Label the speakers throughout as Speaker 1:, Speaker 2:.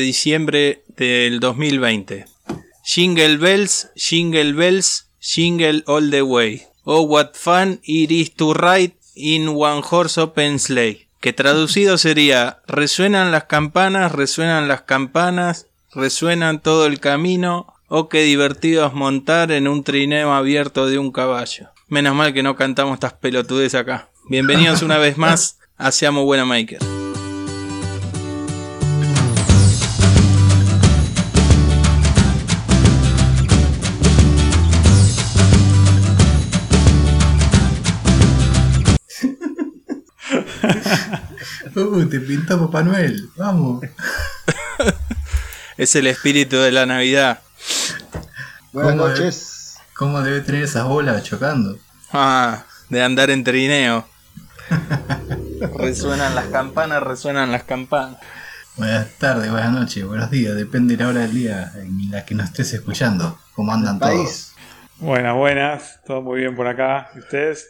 Speaker 1: de diciembre del 2020. Jingle Bells, Jingle Bells, Jingle All the Way. Oh, what fun it is to ride in one horse open sleigh. Que traducido sería, resuenan las campanas, resuenan las campanas, resuenan todo el camino. Oh, qué divertido es montar en un trineo abierto de un caballo. Menos mal que no cantamos estas pelotudes acá. Bienvenidos una vez más a Seamos Buena Maker.
Speaker 2: Uh, te pintó Papá Noel, vamos.
Speaker 1: Es el espíritu de la Navidad.
Speaker 3: Buenas
Speaker 2: ¿Cómo
Speaker 3: noches.
Speaker 2: ¿Cómo debe tener esas bolas chocando?
Speaker 1: Ah, de andar en trineo. resuenan las campanas, resuenan las campanas.
Speaker 2: Buenas tardes, buenas noches, buenos días, depende de la hora del día en la que nos estés escuchando. ¿Cómo andan todos?
Speaker 3: País.
Speaker 4: Buenas, buenas, todo muy bien por acá. ¿Y ustedes?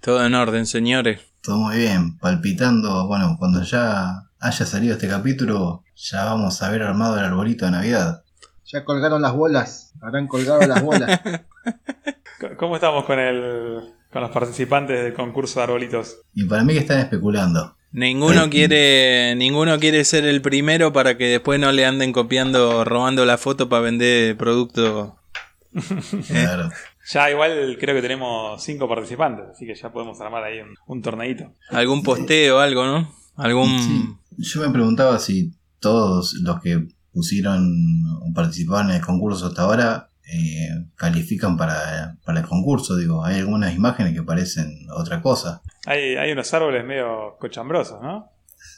Speaker 1: Todo en orden, señores.
Speaker 2: Todo muy bien, palpitando. Bueno, cuando ya haya salido este capítulo, ya vamos a haber armado el arbolito de Navidad.
Speaker 3: Ya colgaron las bolas. Habrán colgado las bolas.
Speaker 4: C- ¿Cómo estamos con el con los participantes del concurso de arbolitos?
Speaker 2: Y para mí que están especulando.
Speaker 1: Ninguno
Speaker 2: Eh.
Speaker 1: quiere, ninguno quiere ser el primero para que después no le anden copiando, robando la foto para vender producto.
Speaker 2: Claro.
Speaker 4: Ya igual creo que tenemos cinco participantes, así que ya podemos armar ahí un, un torneito.
Speaker 1: Algún posteo, algo, ¿no? Algún.
Speaker 2: Sí, Yo me preguntaba si todos los que pusieron o participaron en el concurso hasta ahora eh, califican para, para el concurso. Digo, hay algunas imágenes que parecen otra cosa.
Speaker 4: Hay, hay unos árboles medio cochambrosos, ¿no?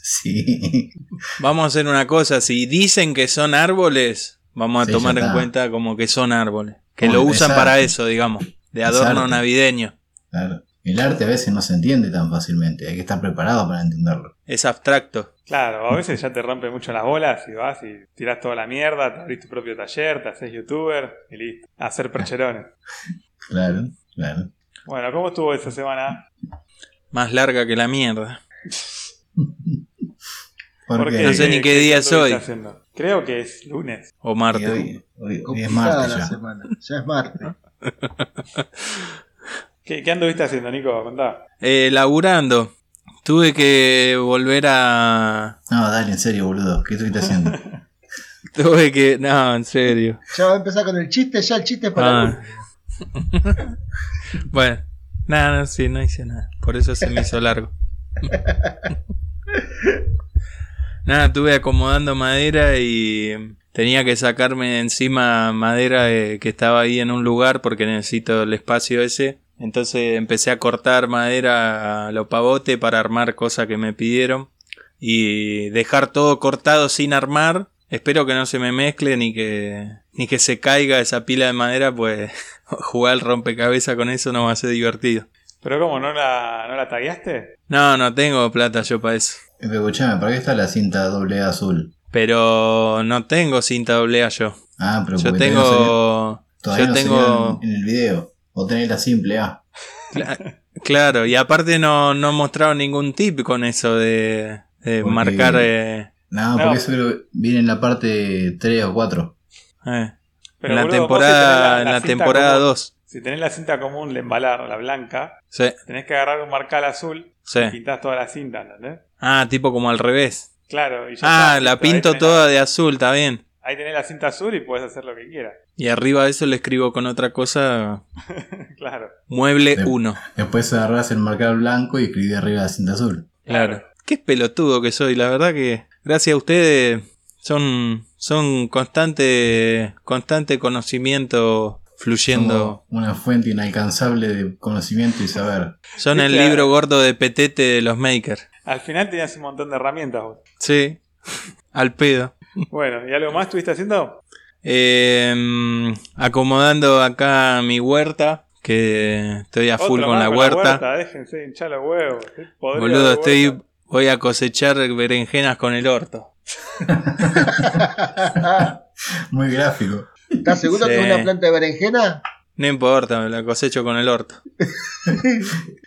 Speaker 2: Sí,
Speaker 1: Vamos a hacer una cosa, si dicen que son árboles, vamos a
Speaker 2: Sí,
Speaker 1: tomar
Speaker 2: ya
Speaker 1: en
Speaker 2: está.
Speaker 1: cuenta como que son árboles. Que
Speaker 2: Como
Speaker 1: lo
Speaker 2: que es
Speaker 1: usan
Speaker 2: arte.
Speaker 1: para eso, digamos, de
Speaker 2: Es
Speaker 1: adorno
Speaker 2: arte.
Speaker 1: navideño.
Speaker 2: claro. El arte a veces no se entiende tan fácilmente. Hay que estar preparado para entenderlo.
Speaker 1: Es abstracto.
Speaker 4: Claro, a veces ya te rompen mucho las bolas y vas y tirás toda la mierda, te abrís tu propio taller, te haces youtuber y listo. A hacer percherones.
Speaker 2: Claro, claro.
Speaker 4: Bueno, ¿cómo estuvo esta semana?
Speaker 1: Más larga que la mierda.
Speaker 2: Porque eh,
Speaker 1: No sé ni qué día es
Speaker 4: estuviste
Speaker 1: hoy.
Speaker 4: haciendo? Creo que es lunes.
Speaker 1: O
Speaker 2: y
Speaker 1: Marte.
Speaker 2: hoy, hoy- hoy es
Speaker 3: Complicada
Speaker 2: martes
Speaker 3: la
Speaker 2: ya.
Speaker 3: semana. Ya es martes.
Speaker 4: ¿Qué, qué anduviste haciendo, Nico? Contá.
Speaker 1: Eh, laburando. Tuve que volver a...
Speaker 2: No, dale, en serio, boludo. ¿Qué estuviste haciendo?
Speaker 1: Tuve que... No, en serio.
Speaker 3: Ya va a empezar con el chiste. Ya el chiste es para.
Speaker 1: Ah. bueno. Nada, no, sí, no hice nada. Por eso se me hizo largo. nada, estuve acomodando madera y tenía que sacarme de encima madera eh, que estaba ahí en un lugar porque necesito el espacio ese. Entonces empecé a cortar madera a lo pavote para armar cosas que me pidieron. Y dejar todo cortado sin armar. Espero que no se me mezcle ni que, ni que se caiga esa pila de madera, pues jugar al rompecabezas con eso no va a ser divertido.
Speaker 4: ¿Pero cómo? ¿No la, no la tagueaste?
Speaker 1: No, no tengo plata yo para eso.
Speaker 2: Pero Escuchame, ¿para qué está la cinta doble A azul?
Speaker 1: Pero no tengo cinta doblea yo.
Speaker 2: Ah, pero
Speaker 1: Yo
Speaker 2: porque todavía no salió-
Speaker 1: tengo.
Speaker 2: Todavía
Speaker 1: yo
Speaker 2: no
Speaker 1: tengo.
Speaker 2: tengo... en el video. O tenés la simple A.
Speaker 1: cla- claro, y aparte no, no he mostrado ningún tip con eso de, de
Speaker 2: Porque-
Speaker 1: marcar. eh,
Speaker 2: No,
Speaker 4: No.
Speaker 2: porque eso creo que viene en la parte 3 o 4.
Speaker 1: eh,
Speaker 4: Pero,
Speaker 1: en la
Speaker 4: boludo, vos si tenés
Speaker 1: temporada, en la
Speaker 4: cinta
Speaker 1: temporada
Speaker 4: común-
Speaker 1: 2.
Speaker 4: Si tenés la cinta común, la embalar, la blanca,
Speaker 1: Sí,
Speaker 4: tenés que agarrar un marcal azul
Speaker 1: sí.
Speaker 4: y pintás toda la cinta, ¿entendés?
Speaker 1: Ah, tipo como al revés.
Speaker 4: Claro, y ya
Speaker 1: Ah,
Speaker 4: está,
Speaker 1: la
Speaker 4: listo, ahí
Speaker 1: pinto
Speaker 4: tenés
Speaker 1: toda de azul, está bien.
Speaker 4: Ahí tenés la cinta azul y puedes hacer lo que quieras.
Speaker 1: Y arriba de eso le escribo con otra cosa.
Speaker 4: Claro.
Speaker 1: Mueble
Speaker 2: Sí.
Speaker 1: 1.
Speaker 2: Después agarrás el marcar blanco y escribí arriba la cinta azul.
Speaker 1: Claro. Qué pelotudo que soy, la verdad que gracias a ustedes son son constante constante conocimiento fluyendo.
Speaker 2: Somos Una fuente inalcanzable de conocimiento y saber.
Speaker 1: Son el
Speaker 4: Claro.
Speaker 1: libro gordo de petete de los makers.
Speaker 4: Al final tenías un montón de herramientas vos.
Speaker 1: Sí. Al pedo.
Speaker 4: Bueno, ¿y algo más estuviste haciendo?
Speaker 1: Eh, mm, acomodando acá mi huerta, que estoy a full
Speaker 4: Otro
Speaker 1: con
Speaker 4: más
Speaker 1: la huerta.
Speaker 4: Déjense de hinchar los huevos. estoy podrido
Speaker 1: Boludo,
Speaker 4: de
Speaker 1: estoy
Speaker 4: huerta.
Speaker 1: voy a cosechar berenjenas con el orto.
Speaker 2: Muy gráfico.
Speaker 3: ¿Estás seguro que
Speaker 1: Sí.
Speaker 3: es una planta de berenjena?
Speaker 1: No importa, la cosecho con el orto.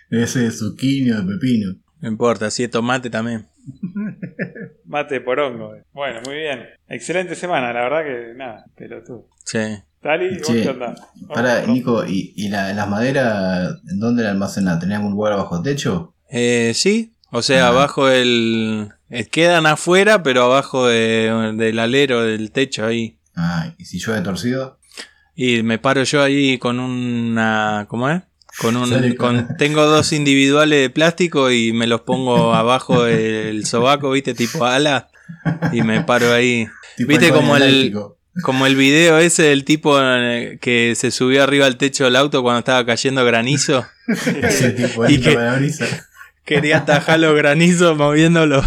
Speaker 2: Ese de zucchini o de pepino.
Speaker 1: No importa, si es tomate también.
Speaker 4: Mate porongo. eh. Bueno, muy bien. Excelente semana, la verdad que nada, pelotudo.
Speaker 1: Sí.
Speaker 4: Tali, ¿vos
Speaker 2: Sí.
Speaker 4: qué onda? ¿Vos
Speaker 2: Pará,
Speaker 4: qué-
Speaker 2: Nico, ¿y, y la- las maderas en dónde la almacenan? ¿Tenían algún lugar bajo techo?
Speaker 1: Eh, sí, o sea,
Speaker 2: Ajá.
Speaker 1: abajo el... eh, Quedan afuera, pero abajo de- del alero, del techo ahí.
Speaker 2: Ah, ¿y si llueve torcido?
Speaker 1: Y me paro yo ahí con una... ¿Cómo es? Con un,
Speaker 2: Sale con-
Speaker 1: con- tengo dos individuales de plástico y me los pongo abajo del sobaco, ¿viste? Tipo ala. Y me paro ahí.
Speaker 2: Tipo
Speaker 1: Viste
Speaker 2: halcón
Speaker 1: como el-
Speaker 2: galáctico.
Speaker 1: Como el video ese del tipo eh, que se subió arriba al techo del auto cuando estaba cayendo granizo.
Speaker 2: Ese tipo
Speaker 1: Y
Speaker 2: entra
Speaker 1: que-
Speaker 2: para la brisa.
Speaker 1: Quería atajar los granizos moviéndolo.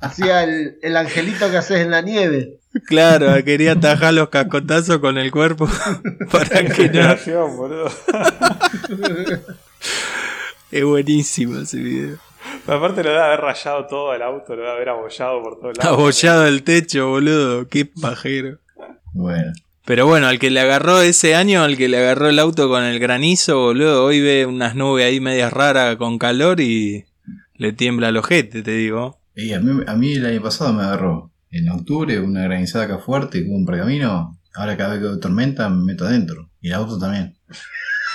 Speaker 3: Hacía el, el angelito que haces en la nieve.
Speaker 1: Claro, quería atajar los cascotazos con el cuerpo para que no.
Speaker 4: Generación, boludo.
Speaker 1: Es buenísimo ese video.
Speaker 4: Aparte lo debe haber rayado todo el auto, lo debe haber abollado por todos lados.
Speaker 1: Abollado el techo, boludo. Qué pajero.
Speaker 2: Bueno,
Speaker 1: Pero bueno, al que le agarró ese año, al que le agarró el auto con el granizo, boludo, hoy ve unas nubes ahí medias raras con calor y le tiembla el ojete, te digo.
Speaker 2: y a mí, a mí el año pasado me agarró en octubre una granizada acá fuerte, hubo un pergamino. Ahora cada vez que veo tormenta me meto adentro. Y el auto también.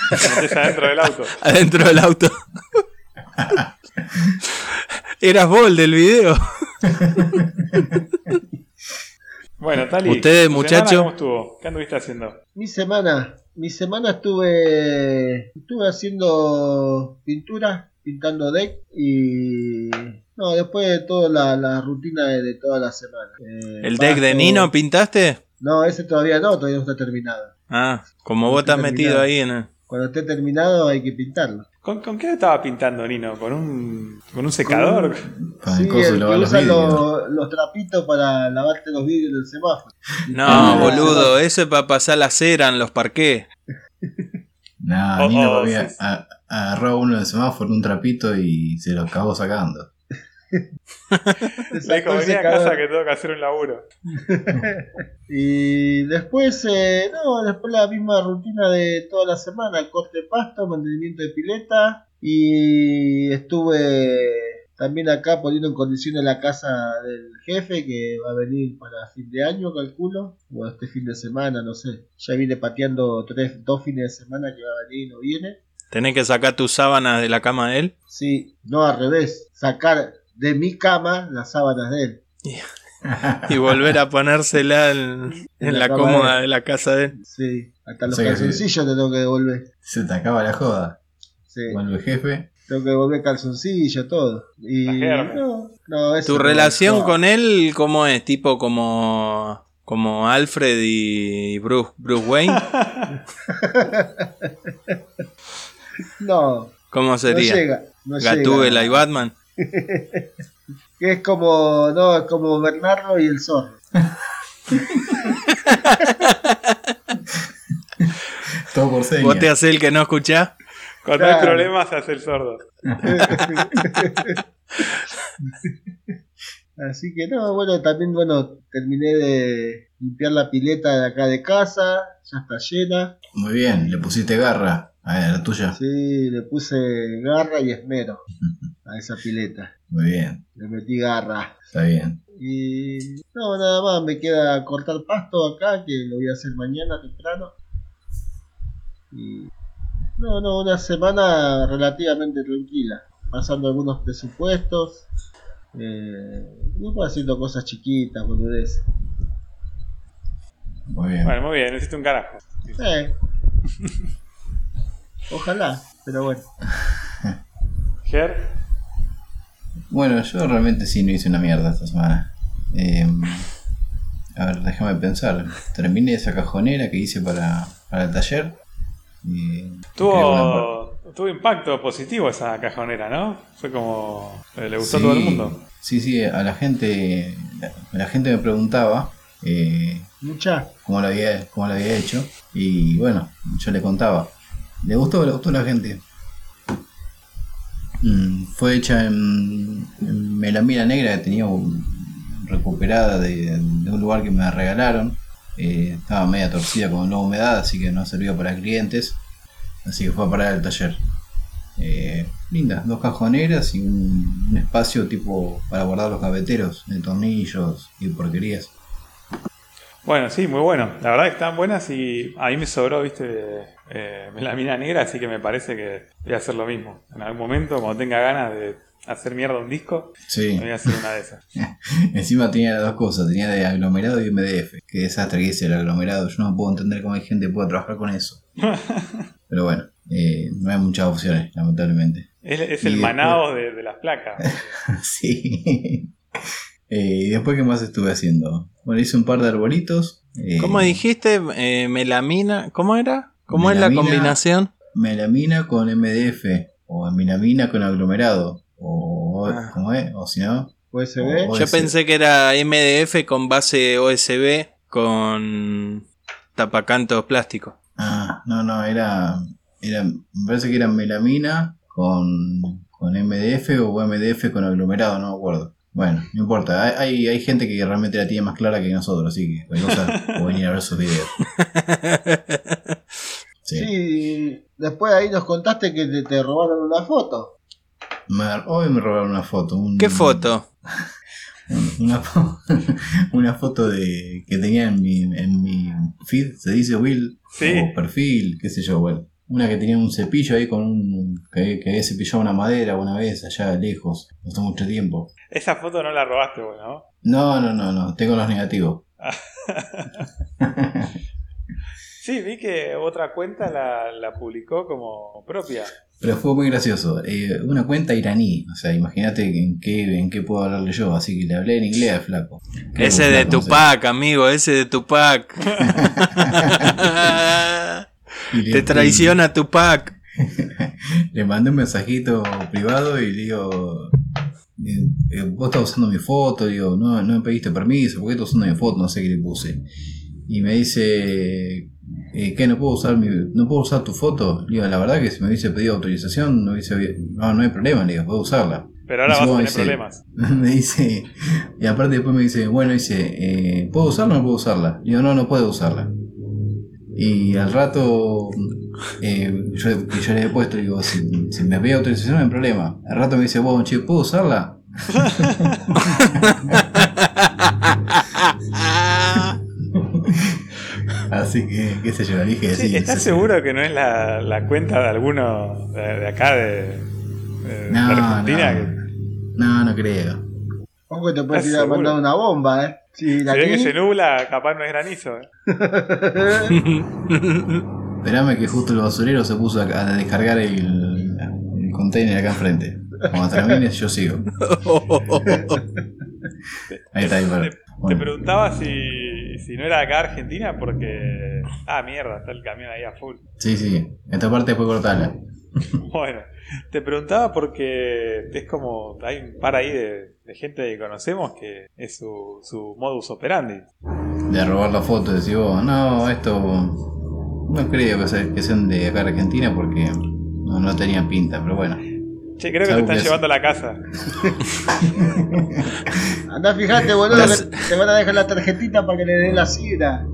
Speaker 4: Te metés adentro del auto.
Speaker 1: Adentro del auto. Eras vos el del video.
Speaker 4: Bueno, Tali.
Speaker 1: Ustedes,
Speaker 4: ¿tu semana
Speaker 1: muchachos.
Speaker 4: ¿Cómo estuvo? ¿Qué anduviste haciendo?
Speaker 3: Mi semana, mi semana estuve, estuve haciendo pintura, pintando deck y no, después de toda la, la rutina de, de toda la semana. Eh,
Speaker 1: ¿El deck de
Speaker 3: bajo-
Speaker 1: Nino pintaste?
Speaker 3: No, ese todavía no, todavía no está terminado.
Speaker 1: Ah, como vos estás metido ahí en... el-
Speaker 3: Cuando esté terminado hay que pintarlo.
Speaker 4: ¿Con, con qué estaba pintando, Nino? ¿Con un, con un secador?
Speaker 2: Con
Speaker 3: Sí,
Speaker 2: el coso de
Speaker 3: el que
Speaker 2: lavar los
Speaker 3: usa
Speaker 2: vidrios.
Speaker 3: los, los trapitos para lavarte los vidrios del semáforo.
Speaker 1: No,
Speaker 2: Ah.
Speaker 1: boludo, eso es para pasar la cera en los parqués.
Speaker 2: No,
Speaker 4: Oh,
Speaker 2: a mí no
Speaker 4: oh,
Speaker 2: había.
Speaker 4: sí, sí.
Speaker 2: a- Agarró uno del semáforo un trapito y se lo acabó sacando.
Speaker 3: Te
Speaker 4: Le
Speaker 3: sacó el
Speaker 4: convenía a
Speaker 3: secador.
Speaker 4: casa que tengo que hacer un laburo.
Speaker 3: Y después, eh, no, después la misma rutina de toda la semana, corte de pasto, mantenimiento de pileta y estuve también acá poniendo en condiciones la casa del jefe que va a venir para fin de año, calculo, o este fin de semana, no sé. Ya vine pateando tres, dos fines de semana que va a venir y no viene.
Speaker 1: Tenés que sacar tus sábanas de la cama de él.
Speaker 3: Sí, no al revés, sacar de mi cama las sábanas de él.
Speaker 1: y volver a ponérsela en, en
Speaker 3: En la
Speaker 1: la,
Speaker 3: cama
Speaker 1: cómoda de la casa de él.
Speaker 3: Sí, hasta los
Speaker 2: Sí, sí.
Speaker 3: calzoncillos te tengo que devolver.
Speaker 2: Se te acaba la joda.
Speaker 3: Sí.
Speaker 2: Vuelve el jefe.
Speaker 3: Tengo que volver calzoncillo, todo. Y
Speaker 4: La germa.
Speaker 3: no, no, eso
Speaker 1: ¿Tu
Speaker 3: no,
Speaker 1: relación
Speaker 3: no.
Speaker 1: con él cómo es? ¿Tipo como, como Alfred y Bruce, Bruce Wayne?
Speaker 3: No,
Speaker 1: ¿Cómo
Speaker 3: no
Speaker 1: sería?
Speaker 3: llega. No
Speaker 1: ¿Gatúbela y
Speaker 3: llega.
Speaker 1: Batman?
Speaker 3: Que es como, no, es como Bernardo y el zorro.
Speaker 2: Todo por señas.
Speaker 1: ¿Vos te haces el que no escuchás?
Speaker 4: Cuando hay
Speaker 3: Claro.
Speaker 4: problemas se hace el sordo.
Speaker 3: Así que no, bueno, también, bueno, terminé de limpiar la pileta de acá de casa, ya está llena.
Speaker 2: Muy bien, le pusiste garra a la tuya.
Speaker 3: Sí, le puse garra y esmero a esa pileta.
Speaker 2: Muy bien,
Speaker 3: Le metí garra.
Speaker 2: está bien.
Speaker 3: Y no, nada más, me queda cortar pasto acá, que lo voy a hacer mañana temprano. Y no, no, una semana relativamente tranquila, pasando algunos presupuestos, eh, y pues haciendo cosas chiquitas, boludeces.
Speaker 2: Muy bien.
Speaker 4: Bueno, muy bien, necesito un carajo.
Speaker 3: Eh. Ojalá, pero bueno.
Speaker 4: Ger,
Speaker 2: Bueno, yo realmente sí no hice una mierda esta semana. Eh, a ver, déjame pensar. Terminé esa cajonera que hice para, para el taller. Y creo
Speaker 4: tuvo, tuvo impacto positivo esa cajonera, ¿no? Fue como... eh, Le
Speaker 2: que-
Speaker 4: gustó a
Speaker 2: Sí.
Speaker 4: todo el mundo.
Speaker 2: Sí, sí, a la gente, la, la gente me preguntaba eh,
Speaker 3: Mucha.
Speaker 2: cómo, lo había, cómo lo había hecho. Y bueno, yo le contaba. Le gustó, le gustó a la gente. Mm, fue hecha en, en melamina negra que tenía un- recuperada de, de un lugar que me regalaron. Eh, estaba media torcida con una humedad, así que no servía para clientes. Así que fue a parar al taller. eh, lindas, dos cajoneras y un, un espacio tipo para guardar los gaveteros de tornillos y porquerías.
Speaker 4: Bueno, sí, muy bueno. La verdad que están buenas y a mí me sobró, viste, eh, la mina negra, así que me parece que voy a hacer lo mismo. En algún momento, cuando tenga ganas de hacer mierda un disco,
Speaker 2: Sí.
Speaker 4: voy a hacer una de esas.
Speaker 2: Encima tenía las dos cosas, tenía de aglomerado y MDF. Qué desastre que es el aglomerado, yo no puedo entender cómo hay gente que pueda trabajar con eso. Pero bueno, eh, no hay muchas opciones, lamentablemente.
Speaker 4: Es, es
Speaker 2: Y
Speaker 4: el
Speaker 2: después-
Speaker 4: manado de, de las placas.
Speaker 2: sí. Eh, y después, ¿qué más estuve haciendo? Bueno, hice un par de arbolitos. eh,
Speaker 1: ¿Cómo dijiste? Eh, melamina. ¿Cómo era? ¿Cómo es la
Speaker 2: Melamina.
Speaker 1: combinación?
Speaker 2: Melamina con MDF, o melamina con aglomerado, o
Speaker 1: Ah.
Speaker 2: ¿cómo es? O si no,
Speaker 3: USB.
Speaker 2: O-
Speaker 1: Yo
Speaker 2: OSB.
Speaker 1: pensé que era MDF con base OSB con tapacantos plásticos.
Speaker 2: Ah, no, no, era, era. Me parece que era melamina con, con MDF o MDF con aglomerado, no me acuerdo. Bueno, no importa. hay- Hay, hay gente que realmente la tiene más clara que nosotros, así que cualquier cosa, o venir a ver sus videos. Sí.
Speaker 3: Sí, después ahí nos contaste que te, te robaron una foto.
Speaker 2: Me- hoy me robaron una foto. un-
Speaker 1: ¿Qué foto?
Speaker 2: Una, fo- una foto de que tenía en mi, en mi feed, se dice Will,
Speaker 4: Sí.
Speaker 2: o perfil, qué sé yo, bueno. Una que tenía un cepillo ahí con un. que, que había cepillado una madera una vez allá lejos, no hace mucho tiempo.
Speaker 4: Esa foto no la robaste vos, ¿no?
Speaker 2: No, no, no, no, tengo los negativos.
Speaker 4: Sí, vi que otra cuenta la, la publicó como propia.
Speaker 2: Pero fue muy gracioso. Eh, una cuenta iraní, o sea, imagínate en qué, en qué puedo hablarle yo, así que le hablé en inglés al flaco. Creo
Speaker 1: Ese
Speaker 2: que
Speaker 1: de
Speaker 2: flaco, no sé.
Speaker 1: Tupac, amigo, ese de Tupac.
Speaker 2: Y le-
Speaker 1: Te traiciona Tupac.
Speaker 2: Le mandé un mensajito privado y le digo, eh, eh, vos estás usando mi foto, digo, no, no me pediste permiso, ¿por qué estás usando mi foto? No sé qué le puse. Y me dice, eh, ¿qué? ¿No puedo usar mi, no puedo usar tu foto? Le digo, la verdad que si me hubiese pedido autorización, no hubiese, no, no hay problema, le digo, puedo usarla.
Speaker 4: Pero ahora
Speaker 2: Sí,
Speaker 4: vas a
Speaker 2: vos
Speaker 4: tener
Speaker 2: decís.
Speaker 4: problemas.
Speaker 2: me dice, y aparte después me dice, bueno, dice, eh, ¿puedo usarla o no puedo usarla? Y yo, no, no puedo usarla. Y al rato, eh, yo, que yo le he puesto, le digo, si, si me pide autorización no hay problema. Al rato me dice, bueno, che, ¿puedo usarla? Así que, qué sé yo, le dije,
Speaker 4: Sí,
Speaker 2: sí.
Speaker 4: ¿Estás
Speaker 2: sí, sí.
Speaker 4: seguro que no es la, la cuenta de alguno de, de acá de, de- de
Speaker 2: No,
Speaker 4: Argentina?
Speaker 2: no.
Speaker 4: Que-
Speaker 2: No, no creo.
Speaker 3: Ojo que te puedes
Speaker 4: ¿Estás
Speaker 3: ir a
Speaker 4: Ah, seguro?
Speaker 3: mandar una bomba, ¿eh? Sí, la
Speaker 4: Si ve que
Speaker 3: aquí.
Speaker 4: se nubla, capaz no es granizo. ¿eh?
Speaker 2: Esperame que justo el basurero se puso a, a descargar el, el container acá enfrente. Cuando termine, yo sigo. Ahí está, ahí para.
Speaker 4: Te
Speaker 2: Bueno.
Speaker 4: preguntaba si, si no era de acá de Argentina porque... Ah, mierda, está el camión ahí a full.
Speaker 2: Sí, sí. Esta parte después cortarla.
Speaker 4: Bueno, te preguntaba porque es como... Hay un par ahí de, de gente que conocemos que es su, su modus operandi.
Speaker 2: De robar la foto, decís vos, no, esto. No creo que, sea- que sean de acá de Argentina porque no, no tenían pinta, pero bueno.
Speaker 4: Che, creo que te
Speaker 2: Sabemos
Speaker 4: están
Speaker 2: que
Speaker 4: llevando a la casa.
Speaker 3: Andá, fijate, boludo,
Speaker 1: Las-
Speaker 3: que te van a dejar la tarjetita para que le dé la sidra.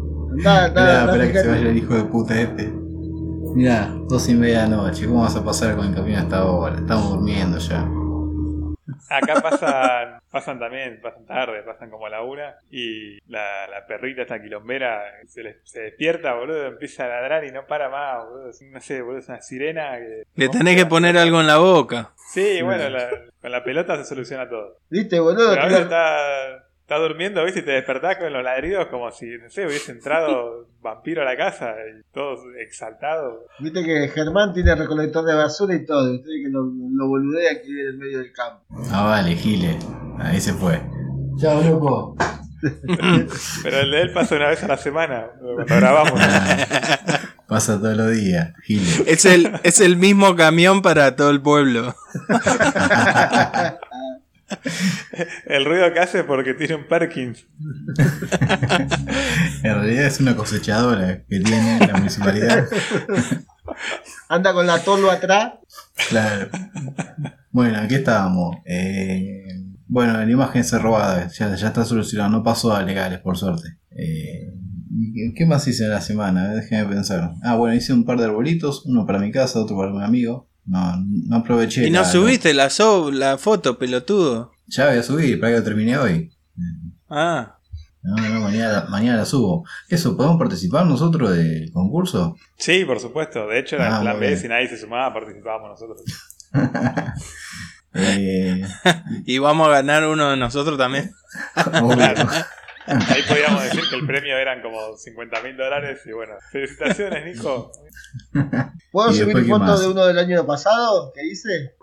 Speaker 2: Esperá,
Speaker 3: Andá, andá, andá,
Speaker 2: esperá que se
Speaker 3: fijate.
Speaker 2: vaya el hijo de puta este. Mirá, dos y media de la noche, ¿cómo vas a pasar con el camión hasta ahora? Estamos durmiendo ya.
Speaker 4: Acá pasan, pasan también, pasan tarde, pasan como a la una. Y la, la perrita, esta quilombera, se, les- se despierta, boludo, empieza a ladrar y no para más, boludo. Es- No sé, boludo, es una sirena. Que,
Speaker 1: Le tenés que poner algo en la boca.
Speaker 4: Sí, bueno, la- con la pelota se soluciona todo.
Speaker 3: Viste, boludo,
Speaker 4: Pero
Speaker 3: que
Speaker 4: ahora
Speaker 3: la-
Speaker 4: está, está durmiendo, ¿viste? Y te despertás con los ladridos como si, no sé, hubiese entrado un vampiro a la casa y todos exaltados.
Speaker 3: viste que Germán tiene recolector de basura y todo. Viste que lo, lo boludea que vive en el medio del campo.
Speaker 2: Ah, vale, Gile. Ahí se fue. Chao, loco.
Speaker 4: Pero el de él pasa una vez a la semana, cuando grabamos.
Speaker 2: Pasa todos los días, Gile.
Speaker 1: Es el, es el mismo camión para todo el pueblo.
Speaker 4: El ruido que hace porque tiene un Perkins.
Speaker 2: En realidad es una cosechadora que tiene la municipalidad.
Speaker 3: Anda con la tolo atrás.
Speaker 2: Claro. Bueno, aquí estábamos. Eh, bueno, la imagen se robada, ya, ya está solucionado, no pasó a legales, por suerte. Eh, ¿y ¿Qué más hice en la semana? Déjenme pensar. Ah, bueno, hice un par de arbolitos, uno para mi casa, otro para un amigo. No, no aproveché.
Speaker 1: Y no
Speaker 2: la-
Speaker 1: subiste la, so- la foto, pelotudo.
Speaker 2: Ya voy a subir, para que lo terminé hoy.
Speaker 1: Ah,
Speaker 2: No, no, mañana, mañana la subo. Eso, ¿podemos participar nosotros del concurso?
Speaker 4: Sí, por supuesto. De hecho,
Speaker 2: Ah,
Speaker 4: la, la
Speaker 2: muy
Speaker 4: vez
Speaker 2: bien.
Speaker 4: si nadie se sumaba, participábamos nosotros.
Speaker 2: Eh,
Speaker 1: y vamos a ganar uno de nosotros también.
Speaker 2: obvio.
Speaker 4: Ahí podíamos decir que el premio eran como 50 mil dólares y bueno, felicitaciones Nico.
Speaker 3: ¿Puedo
Speaker 2: ¿Y
Speaker 3: subir
Speaker 2: después qué
Speaker 3: fotos
Speaker 2: más?
Speaker 3: de uno del año pasado que hice?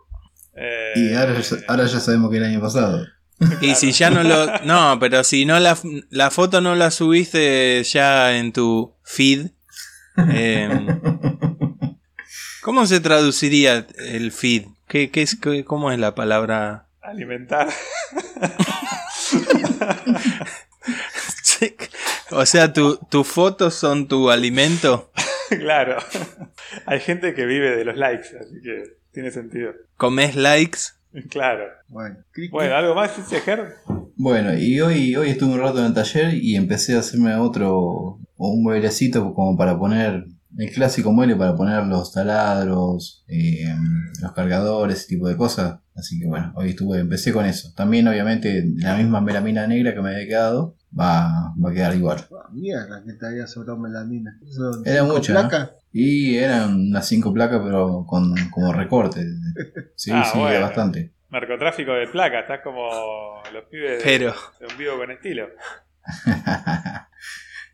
Speaker 4: Eh,
Speaker 2: Y ahora ya, ahora ya sabemos que el año pasado.
Speaker 1: Y si ya no lo. No, pero si no la, la foto no la subiste ya en tu feed. em, ¿Cómo se traduciría el feed? ¿Qué, qué es, qué- ¿Cómo es la palabra?
Speaker 4: alimentar.
Speaker 1: Sí. O sea, tu- tus fotos son tu alimento.
Speaker 4: claro. Hay gente que vive de los likes, así que tiene sentido.
Speaker 1: Comes likes.
Speaker 4: Claro.
Speaker 3: Bueno, clic,
Speaker 4: Bueno, ¿algo más, dice Ger?
Speaker 2: Bueno, y hoy, hoy estuve un rato en el taller y empecé a hacerme otro, un mueblecito como para poner, el clásico mueble para poner los taladros, eh, los cargadores, ese tipo de cosas. Así que bueno, hoy estuve, empecé con eso. También obviamente la misma melamina negra que me había quedado va, va a quedar igual.
Speaker 3: clic. Ah, Mierda, que te había sobrado melamina. Son
Speaker 2: Era
Speaker 3: cinco
Speaker 2: mucha, ¿no?
Speaker 3: placas.
Speaker 2: Y eran unas cinco placas pero con como recorte. Sí,
Speaker 4: Ah,
Speaker 2: sí,
Speaker 4: bueno.
Speaker 2: bastante.
Speaker 4: Narcotráfico de placa, estás como los pibes de-
Speaker 1: Pero.
Speaker 4: de un vivo con estilo.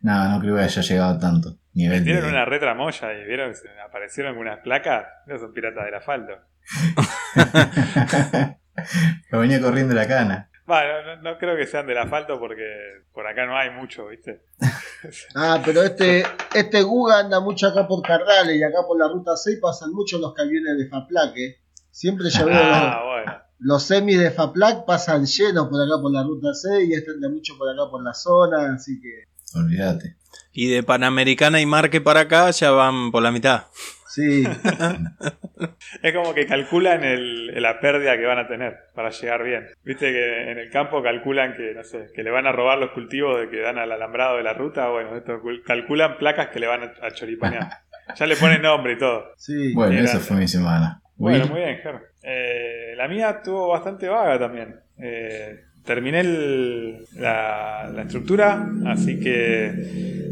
Speaker 2: no, no creo que haya llegado a tanto. Nivel de-
Speaker 4: Metieron una retramoya y vieron, se aparecieron unas placas. No son piratas del asfalto.
Speaker 2: Lo venía corriendo la cana.
Speaker 4: Bueno, no, no creo que sean del asfalto porque por acá no hay mucho, ¿viste?
Speaker 3: Ah, pero este, este Guga anda mucho acá por Cardales y acá por la ruta 6 pasan mucho los camiones de Faplaque. Siempre ya veo
Speaker 4: Ah, bueno.
Speaker 3: los, los semis de Faplac pasan llenos por acá por la ruta 6 y este anda mucho por acá por la zona, así que
Speaker 2: Olvídate.
Speaker 1: Y de Panamericana y Marque para acá ya van por la mitad.
Speaker 3: sí.
Speaker 4: Es como que calculan el, la pérdida que van a tener para llegar bien. Viste que en el campo calculan que, no sé, que le van a robar los cultivos de que dan al alambrado de la ruta. Bueno, esto cul- calculan placas que le van a, a choripanear. Ya le ponen nombre y todo.
Speaker 3: sí.
Speaker 2: Bueno,
Speaker 4: Olvídate.
Speaker 2: esa fue mi semana.
Speaker 4: Bueno,
Speaker 2: Will,
Speaker 4: muy bien, Ger. Eh, la mía estuvo bastante vaga también. Eh, terminé el- la, la estructura, así que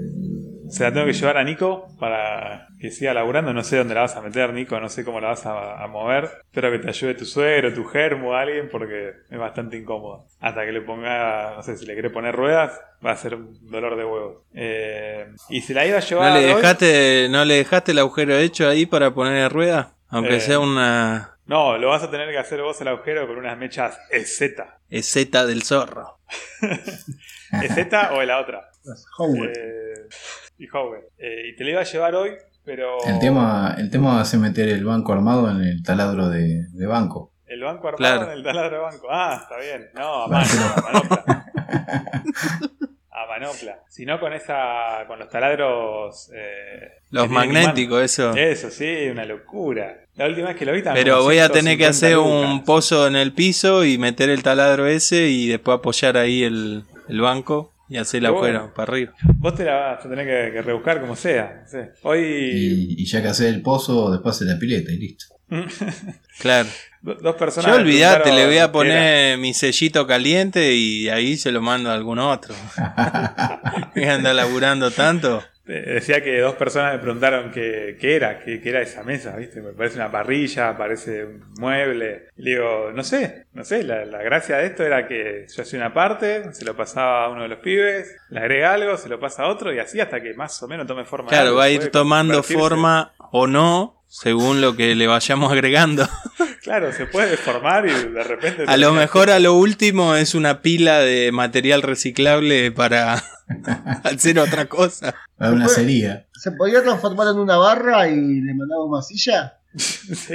Speaker 4: se la tengo que llevar a Nico para que siga laburando. No sé dónde la vas a meter, Nico, no sé cómo la vas a, a mover. Espero que te ayude tu suegro, tu germo, alguien, porque es bastante incómodo. Hasta que le ponga, no sé, si le querés poner ruedas, va a ser un dolor de huevos. Eh, y se la iba a llevar.
Speaker 1: ¿No le,
Speaker 4: hoy-
Speaker 1: dejaste, ¿No le dejaste el agujero hecho ahí para poner rueda? Aunque
Speaker 4: Eh.
Speaker 1: sea una
Speaker 4: No, lo vas a tener que hacer vos el agujero con unas mechas E EZ.
Speaker 1: eseta del zorro.
Speaker 4: ¿Es esta o es la otra?
Speaker 3: Las Howard.
Speaker 4: Eh, y Howard. Eh, y te la iba a llevar hoy, pero.
Speaker 2: el tema, el tema va a ser meter el banco armado en el taladro de, de banco.
Speaker 4: El banco armado
Speaker 1: Claro.
Speaker 4: en el taladro de banco. Ah, está bien. No, a
Speaker 2: Vale.
Speaker 4: mano, a manopla. A manopla. Si no, con esa. con los taladros. eh,
Speaker 1: Los
Speaker 4: que tienen imán.
Speaker 1: magnéticos, eso.
Speaker 4: Eso sí, una locura. La última vez que lo vi también.
Speaker 1: Ah. Pero voy a tener que hacer un pozo en el piso y meter el taladro ese y después apoyar ahí el, el banco y hacer el
Speaker 4: Pero
Speaker 1: agujero
Speaker 4: bueno.
Speaker 1: para arriba.
Speaker 4: Vos te la vas a tener que, que rebuscar como sea. no sé. Hoy.
Speaker 2: Y, y ya que hacer el pozo, después hacer la pileta y listo.
Speaker 1: Claro.
Speaker 4: do- dos personas.
Speaker 1: Yo olvidate, le voy a
Speaker 4: preguntaron qué era.
Speaker 1: poner mi sellito caliente y ahí se lo mando a algún otro. Que anda laburando tanto.
Speaker 4: Eh, Decía que dos personas me preguntaron qué, qué era, qué, qué era esa mesa, ¿viste? Me parece una parrilla, parece un mueble. Y le digo, no sé, no sé, la, la gracia de esto era que yo hacía una parte, se lo pasaba a uno de los pibes, le agrega algo, se lo pasa a otro y así hasta que más o menos tome forma.
Speaker 1: Claro,
Speaker 4: algo,
Speaker 1: va a ir
Speaker 4: puede
Speaker 1: tomando
Speaker 4: convertirse-
Speaker 1: forma o no, según lo que le vayamos agregando.
Speaker 4: Claro, se puede formar y de repente...
Speaker 1: A lo mejor a lo último es una pila de material reciclable para hacer otra cosa.
Speaker 2: Va a haber una
Speaker 3: Después-
Speaker 2: cería.
Speaker 3: ¿Se podía transformar en una barra y le mandamos masilla?
Speaker 4: Sí,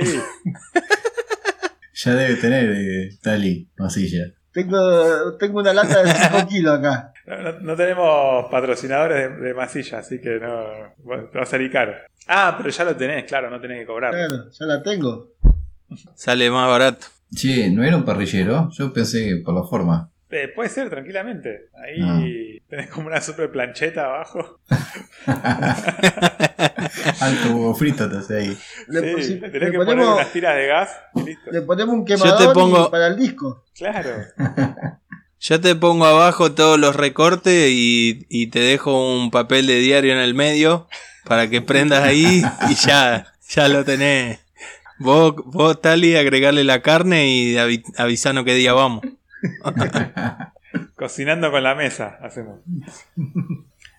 Speaker 2: Ya debe tener eh, Tali, masilla.
Speaker 3: Tengo, tengo una lata de 5 kilos acá.
Speaker 4: no, no- no tenemos patrocinadores de, de masilla, así que no... bueno, te va a salir caro. Ah, pero ya lo tenés, claro, no tenés que cobrar.
Speaker 3: Claro, ya la tengo.
Speaker 1: Sale más barato.
Speaker 2: Che, ¿no era un parrillero? Yo pensé que por la forma.
Speaker 4: Eh, puede ser, tranquilamente. Ahí.
Speaker 2: Ah.
Speaker 4: Pero Tenés como una super plancheta abajo.
Speaker 2: Alto huevo frito te hace ahí.
Speaker 4: Sí,
Speaker 3: Le,
Speaker 4: Le,
Speaker 3: posi-
Speaker 4: tenés
Speaker 3: le
Speaker 4: que poner
Speaker 3: ponemos,
Speaker 4: unas tiras de gas y listo.
Speaker 3: le ponemos un
Speaker 1: te
Speaker 3: quemador y
Speaker 1: pongo-
Speaker 3: para el disco.
Speaker 4: Claro.
Speaker 1: Yo te pongo abajo todos los recortes y, y te dejo un papel de diario en el medio para que prendas ahí y ya, ya lo tenés. Vos, vos Tali, agregarle la carne y avi- avisanos qué día vamos.
Speaker 4: Cocinando con la mesa, hacemos.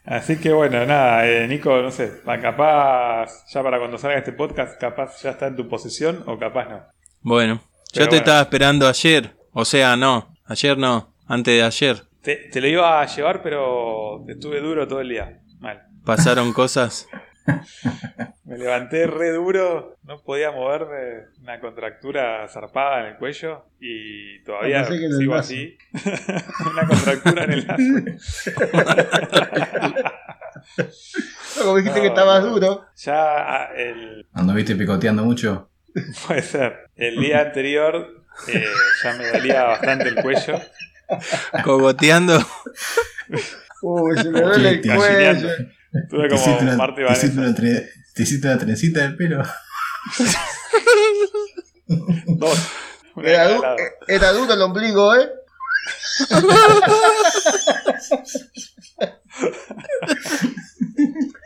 Speaker 4: Así que bueno, nada, eh, Nico, no sé, pa- capaz ya para cuando salga este podcast, capaz ya está en tu posición o capaz no.
Speaker 1: Bueno, yo
Speaker 4: Pero
Speaker 1: te
Speaker 4: bueno.
Speaker 1: estaba esperando ayer. O sea, no, ayer no, antes de ayer.
Speaker 4: Te, te lo iba a llevar, pero estuve duro todo el día. Mal.
Speaker 1: Pasaron cosas.
Speaker 4: Me levanté re duro, no podía moverme, una contractura zarpada en el cuello y todavía
Speaker 3: Pensé que en el
Speaker 4: sigo
Speaker 3: brazo.
Speaker 4: así. una contractura en el lazo.
Speaker 3: No, Como dijiste
Speaker 4: No,
Speaker 3: que estabas
Speaker 4: no.
Speaker 3: duro.
Speaker 4: Ya ah, el,
Speaker 2: ¿Anduviste picoteando mucho?
Speaker 4: Puede ser. El día anterior eh, ya me dolía bastante el cuello.
Speaker 1: Cogoteando.
Speaker 3: Uy, se me duele el
Speaker 2: Sí, te-
Speaker 3: cuello.
Speaker 4: Tuve
Speaker 2: ¿Te hiciste,
Speaker 4: como
Speaker 2: una,
Speaker 4: parte
Speaker 2: te hiciste
Speaker 4: Vanessa.
Speaker 2: una tre- te hiciste una trencita del pelo?
Speaker 4: Dos. Una de
Speaker 3: Era,
Speaker 4: cada
Speaker 3: du-
Speaker 4: lado.
Speaker 3: era duro el ombligo, ¿eh?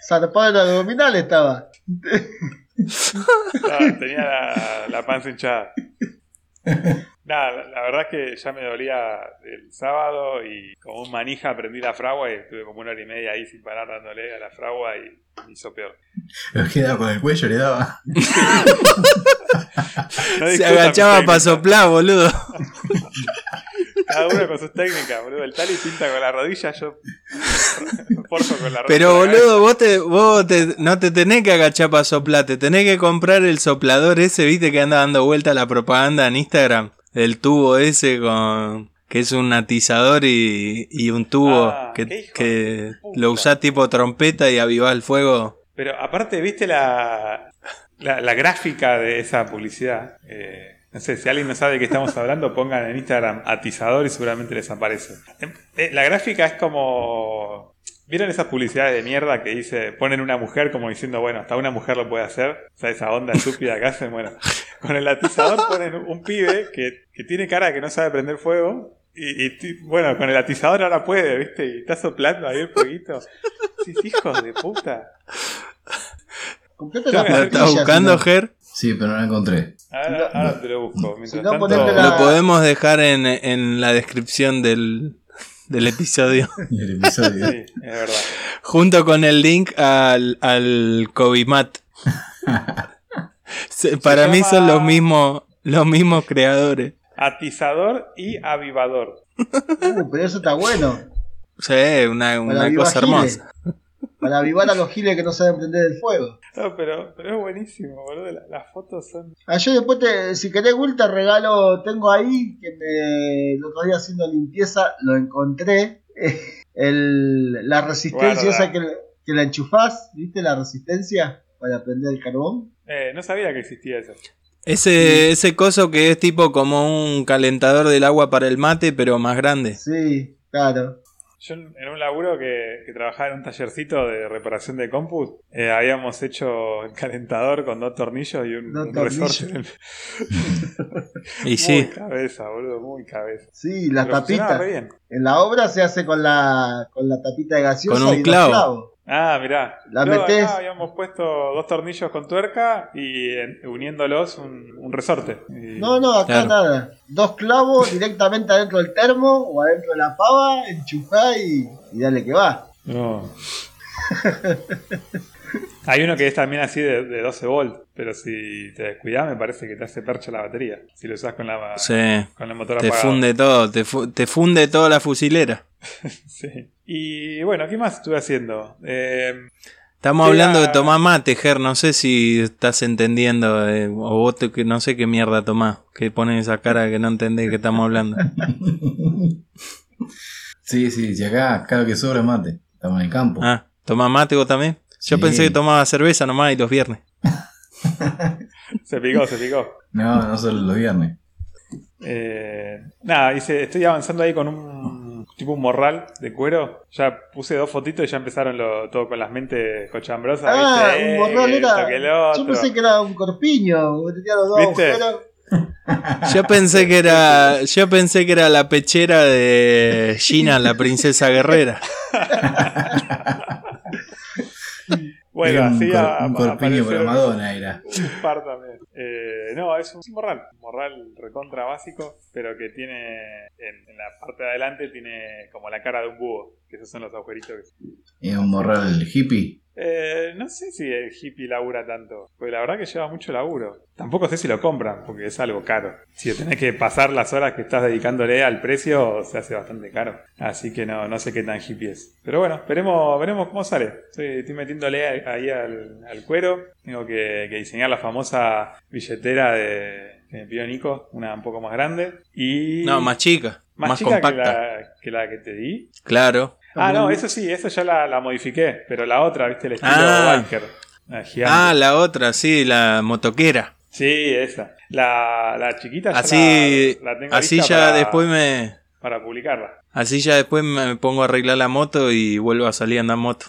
Speaker 3: Zarpado el abdominal estaba.
Speaker 4: Estaba- tenía la, la panza hinchada. Nada, la, la verdad es que ya me dolía el sábado y como un manija prendí la fragua y estuve como una hora y media ahí sin parar dándole a la fragua y me hizo peor.
Speaker 2: Lo quedaba con el cuello, le daba.
Speaker 4: No
Speaker 1: Se
Speaker 4: discutan mis
Speaker 1: agachaba para
Speaker 4: técnicas.
Speaker 1: soplar, boludo.
Speaker 4: Cada uno con sus técnicas, boludo. El tal y pinta con la rodilla, yo forzo con la rodilla.
Speaker 1: Pero boludo, vos, te, vos te- no te tenés que agachar para soplar, te tenés que comprar el soplador ese, viste que anda dando vuelta la propaganda en Instagram, del tubo ese con que es un atizador y, y un tubo
Speaker 4: Ah, qué
Speaker 1: que,
Speaker 4: hijo
Speaker 1: que
Speaker 4: puta.
Speaker 1: lo usás tipo trompeta y avivás el fuego.
Speaker 4: Pero aparte, ¿viste la, la, la gráfica de esa publicidad? Eh, no sé, si alguien no sabe de qué estamos hablando, pongan en Instagram atizador y seguramente les aparece. Eh, eh, La gráfica es como... ¿Vieron esas publicidades de mierda que dice, ponen una mujer como diciendo, bueno, hasta una mujer lo puede hacer? O sea, esa onda estúpida que hacen, bueno. Con el atizador ponen un pibe que, que tiene cara que no sabe prender fuego. Y, y ti- bueno, con el atizador ahora puede, ¿viste? Y está soplando ahí el fueguito. Sí, hijos de puta.
Speaker 3: Comprate
Speaker 4: Yo
Speaker 3: las
Speaker 4: me la
Speaker 1: ¿Lo estás
Speaker 3: pastillas.
Speaker 1: buscando,
Speaker 3: si
Speaker 1: Ger?
Speaker 2: Sí, pero no lo encontré.
Speaker 4: Ahora, ahora te lo busco. Mientras
Speaker 3: no,
Speaker 4: tanto,
Speaker 3: ponete la-
Speaker 1: Lo podemos dejar en, en la descripción del, del episodio,
Speaker 2: Y el episodio.
Speaker 4: Sí, es verdad.
Speaker 1: junto con el link al, al Covimat. Se- Para mí son
Speaker 4: llama-
Speaker 1: los mismos, los mismos creadores.
Speaker 4: Atizador y avivador.
Speaker 3: no. Uh, pero eso está bueno.
Speaker 1: Sí, una,
Speaker 3: Para
Speaker 1: una
Speaker 3: avivar
Speaker 1: cosa
Speaker 3: giles.
Speaker 1: hermosa.
Speaker 3: Para avivar a los giles que no saben prender el fuego.
Speaker 4: No, pero, pero es buenísimo, boludo. la- las fotos son.
Speaker 3: Ah, yo después, te- si querés, Will, te regalo. Tengo ahí, que me, el otro día haciendo limpieza lo encontré. El- la resistencia
Speaker 4: Guarda.
Speaker 3: esa que, que la enchufás, ¿viste? La resistencia para prender el carbón.
Speaker 4: Eh, no sabía que existía eso.
Speaker 1: Ese, ese coso que es tipo como un calentador del agua para el mate, pero más grande.
Speaker 3: Sí, claro.
Speaker 4: Yo en en un laburo que, que trabajaba en un tallercito de reparación de comput, eh, habíamos hecho el calentador con dos tornillos y un,
Speaker 3: Dos
Speaker 4: un
Speaker 3: tornillos.
Speaker 4: resorte.
Speaker 1: Y
Speaker 4: Muy
Speaker 1: sí,
Speaker 4: cabeza, boludo, muy cabeza.
Speaker 3: Sí, las
Speaker 4: Pero funcionaba
Speaker 3: tapitas.
Speaker 4: re bien.
Speaker 3: En la obra se hace con la, con la tapita de gaseosa
Speaker 1: Con un
Speaker 3: y los
Speaker 1: clavo.
Speaker 3: clavos.
Speaker 4: Ah, mirá.
Speaker 3: La
Speaker 4: No, acá
Speaker 3: metés.
Speaker 4: habíamos puesto dos tornillos con tuerca y eh, uniéndolos un, un resorte. Y-
Speaker 3: No, no, acá
Speaker 1: Claro.
Speaker 3: nada. Dos clavos directamente adentro del termo o adentro de la pava, enchufá y, y dale que va.
Speaker 4: No. Hay uno que es también así de, de 12 volts, pero si te descuidas me parece que te hace percha la batería. Si lo usas con la
Speaker 1: sí.
Speaker 4: con el motor
Speaker 1: Te
Speaker 4: apagado.
Speaker 1: funde todo, te, fu- te funde toda la fusilera.
Speaker 4: Sí. Y bueno, ¿qué más estuve haciendo? Eh,
Speaker 1: Estamos
Speaker 4: Sí,
Speaker 1: hablando de
Speaker 4: la-
Speaker 1: tomar mate, Ger, no sé si estás entendiendo, eh, o vos te- que no sé qué mierda tomás, que pones esa cara que no entendés que estamos hablando.
Speaker 2: Sí, sí, si acá, acá lo que sobra es mate. Estamos en el campo.
Speaker 1: Ah, ¿tomás mate vos también? Yo
Speaker 2: Sí.
Speaker 1: pensé que tomaba cerveza nomás y los viernes.
Speaker 4: se picó, se picó.
Speaker 2: No, no solo los viernes.
Speaker 4: Eh, nada, hice- estoy avanzando ahí con un tipo un morral de cuero. Ya puse dos fotitos y ya empezaron lo, todo con las mentes cochambrosas.
Speaker 3: Ah,
Speaker 4: ¿viste?
Speaker 3: un
Speaker 4: Eh,
Speaker 3: morral
Speaker 4: esto que el
Speaker 3: era. Yo
Speaker 4: otro.
Speaker 3: pensé que era un corpiño. que tenía los dos
Speaker 4: ¿Viste?
Speaker 3: agujeros.
Speaker 1: Yo pensé que era, yo pensé que era la pechera de Gina, la princesa guerrera.
Speaker 4: Bueno,
Speaker 2: Era un
Speaker 4: así
Speaker 2: cor-
Speaker 4: a-
Speaker 2: un corpiño para
Speaker 4: aparecieron
Speaker 2: Madonna era.
Speaker 4: Un par también. Eh, no, es un morral. Un morral recontra básico, pero que tiene. En, en la parte de adelante tiene como la cara de un búho. Que esos son los agujeritos que
Speaker 2: Era un morral hippie.
Speaker 4: Eh, no sé si el hippie labura tanto, porque la verdad que lleva mucho laburo. Tampoco sé si lo compran, porque es algo caro. Si tenés que pasar las horas que estás dedicándole al precio, se hace bastante caro. Así que no, no sé qué tan hippie es. Pero bueno, veremos, veremos cómo sale. Estoy, estoy metiéndole a- ahí al, al cuero. Tengo que, que diseñar la famosa billetera de, que me pidió Nico, una un poco más grande. Y
Speaker 1: No, más chica, más,
Speaker 4: chica
Speaker 1: compacta.
Speaker 4: Que, la, que la que te di.
Speaker 1: Claro.
Speaker 4: Ah, no, eso sí, eso ya la, la modifiqué, pero la otra, viste, el estilo
Speaker 1: Ah.
Speaker 4: biker. la gigante.
Speaker 1: Ah, la otra, sí, la motoquera.
Speaker 4: Sí, esa. La, la chiquita ya
Speaker 1: Así,
Speaker 4: la, la tengo
Speaker 1: así
Speaker 4: lista
Speaker 1: ya
Speaker 4: para-
Speaker 1: después me,
Speaker 4: para publicarla.
Speaker 1: así ya después me pongo a arreglar la moto y vuelvo a salir a andar en moto.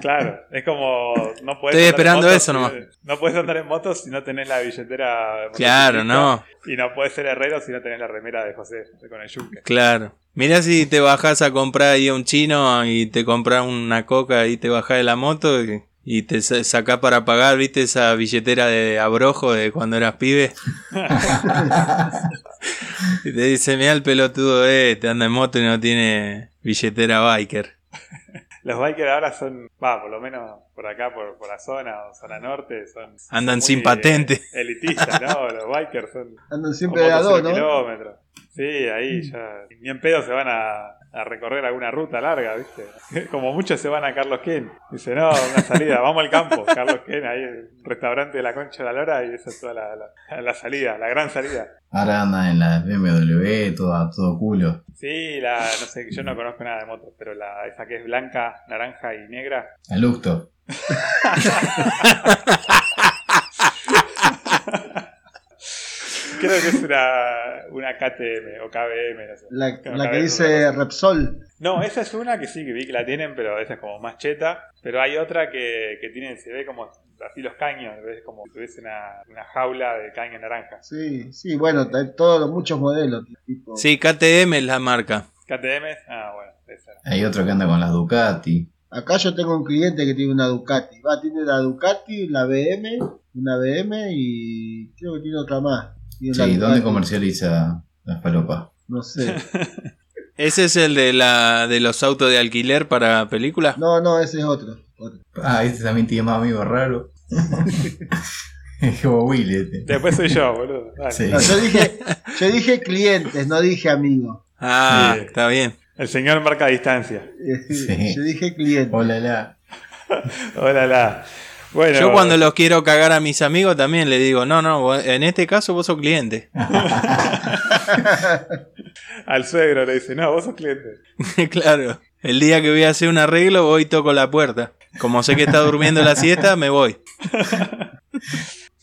Speaker 4: Claro, es como no puedes
Speaker 1: Estoy esperando eso nomás.
Speaker 4: No puedes andar en moto si no tenés la billetera. de
Speaker 1: Claro, no,
Speaker 4: motociclista, Y no puedes ser herrero si no tenés la remera de José con el yunque.
Speaker 1: claro. Mirá si te bajás a comprar ahí a un chino y te compras una coca y te bajás de la moto y, y te sa- sacás para pagar, viste, esa billetera de abrojo de cuando eras pibe. Y te dice, mirá el pelotudo este, anda en moto y no tiene billetera biker.
Speaker 4: Los bikers ahora son, va, por lo menos por acá, por, por la zona o zona norte, son.
Speaker 1: Andan
Speaker 4: son
Speaker 1: sin
Speaker 4: muy,
Speaker 1: patente.
Speaker 4: eh, Elitistas, ¿no? Los bikers son.
Speaker 3: Andan
Speaker 4: son
Speaker 3: siempre de a
Speaker 4: motos
Speaker 3: dos,
Speaker 4: cero
Speaker 3: ¿no? Mm.
Speaker 4: kilómetros. Sí, ahí ya. Ni en pedo se van a, a recorrer alguna ruta larga, ¿viste? Como muchos se van a Carlos Ken. Dice, no, una salida, vamos al campo. Carlos Ken, ahí, un restaurante de la Concha de la Lora, y esa es toda la, la- la salida, la gran salida.
Speaker 2: Ahora anda en la BMW, todo, todo culo.
Speaker 4: Sí, la, no sé, yo no conozco nada de motos, pero la, esa que es blanca, naranja y negra,
Speaker 2: Al gusto.
Speaker 4: Creo que es una, una KTM o KBM, no sé.
Speaker 3: La,
Speaker 4: Creo
Speaker 3: la que
Speaker 4: había
Speaker 3: dice
Speaker 4: otra cosa.
Speaker 3: Repsol.
Speaker 4: No, esa es una que sí, que vi que la tienen, pero esa es como más cheta. Pero hay otra que, que tienen, se ve como así los caños, es como si tuviese una, una jaula de caños naranjas.
Speaker 3: Sí, sí, bueno, hay todos los muchos modelos. Tipo,
Speaker 1: Sí, KTM es la marca.
Speaker 4: ¿KTM? Ah, bueno, esa.
Speaker 2: Hay otro que anda con las Ducati.
Speaker 3: Acá yo tengo un cliente que tiene una Ducati. Va, tiene la Ducati, la BM, una BM y creo que tiene otra más. Tiene la
Speaker 2: Sí, ¿dónde
Speaker 3: Ducati,
Speaker 2: comercializa las palopas?
Speaker 3: No sé.
Speaker 1: ¿Ese es el de, la, de los autos de alquiler para películas?
Speaker 3: No, no, ese es otro. otro.
Speaker 2: Ah, este también tiene más amigos raros. es como Will, este.
Speaker 4: Después soy yo, boludo. Dale.
Speaker 2: Sí.
Speaker 3: No, yo, dije, yo dije clientes, no dije amigos.
Speaker 1: Ah,
Speaker 4: Sí.
Speaker 1: está bien.
Speaker 4: El señor marca distancia.
Speaker 2: Sí.
Speaker 3: Yo dije clientes.
Speaker 2: Hola, la.
Speaker 4: Hola, la. Bueno,
Speaker 1: Yo cuando los quiero cagar a mis amigos también les digo, no, no, vos- en este caso vos sos cliente.
Speaker 4: al suegro le dice, no, vos sos cliente.
Speaker 1: claro. El día que voy a hacer un arreglo voy y toco la puerta. Como sé que está durmiendo la siesta, me voy.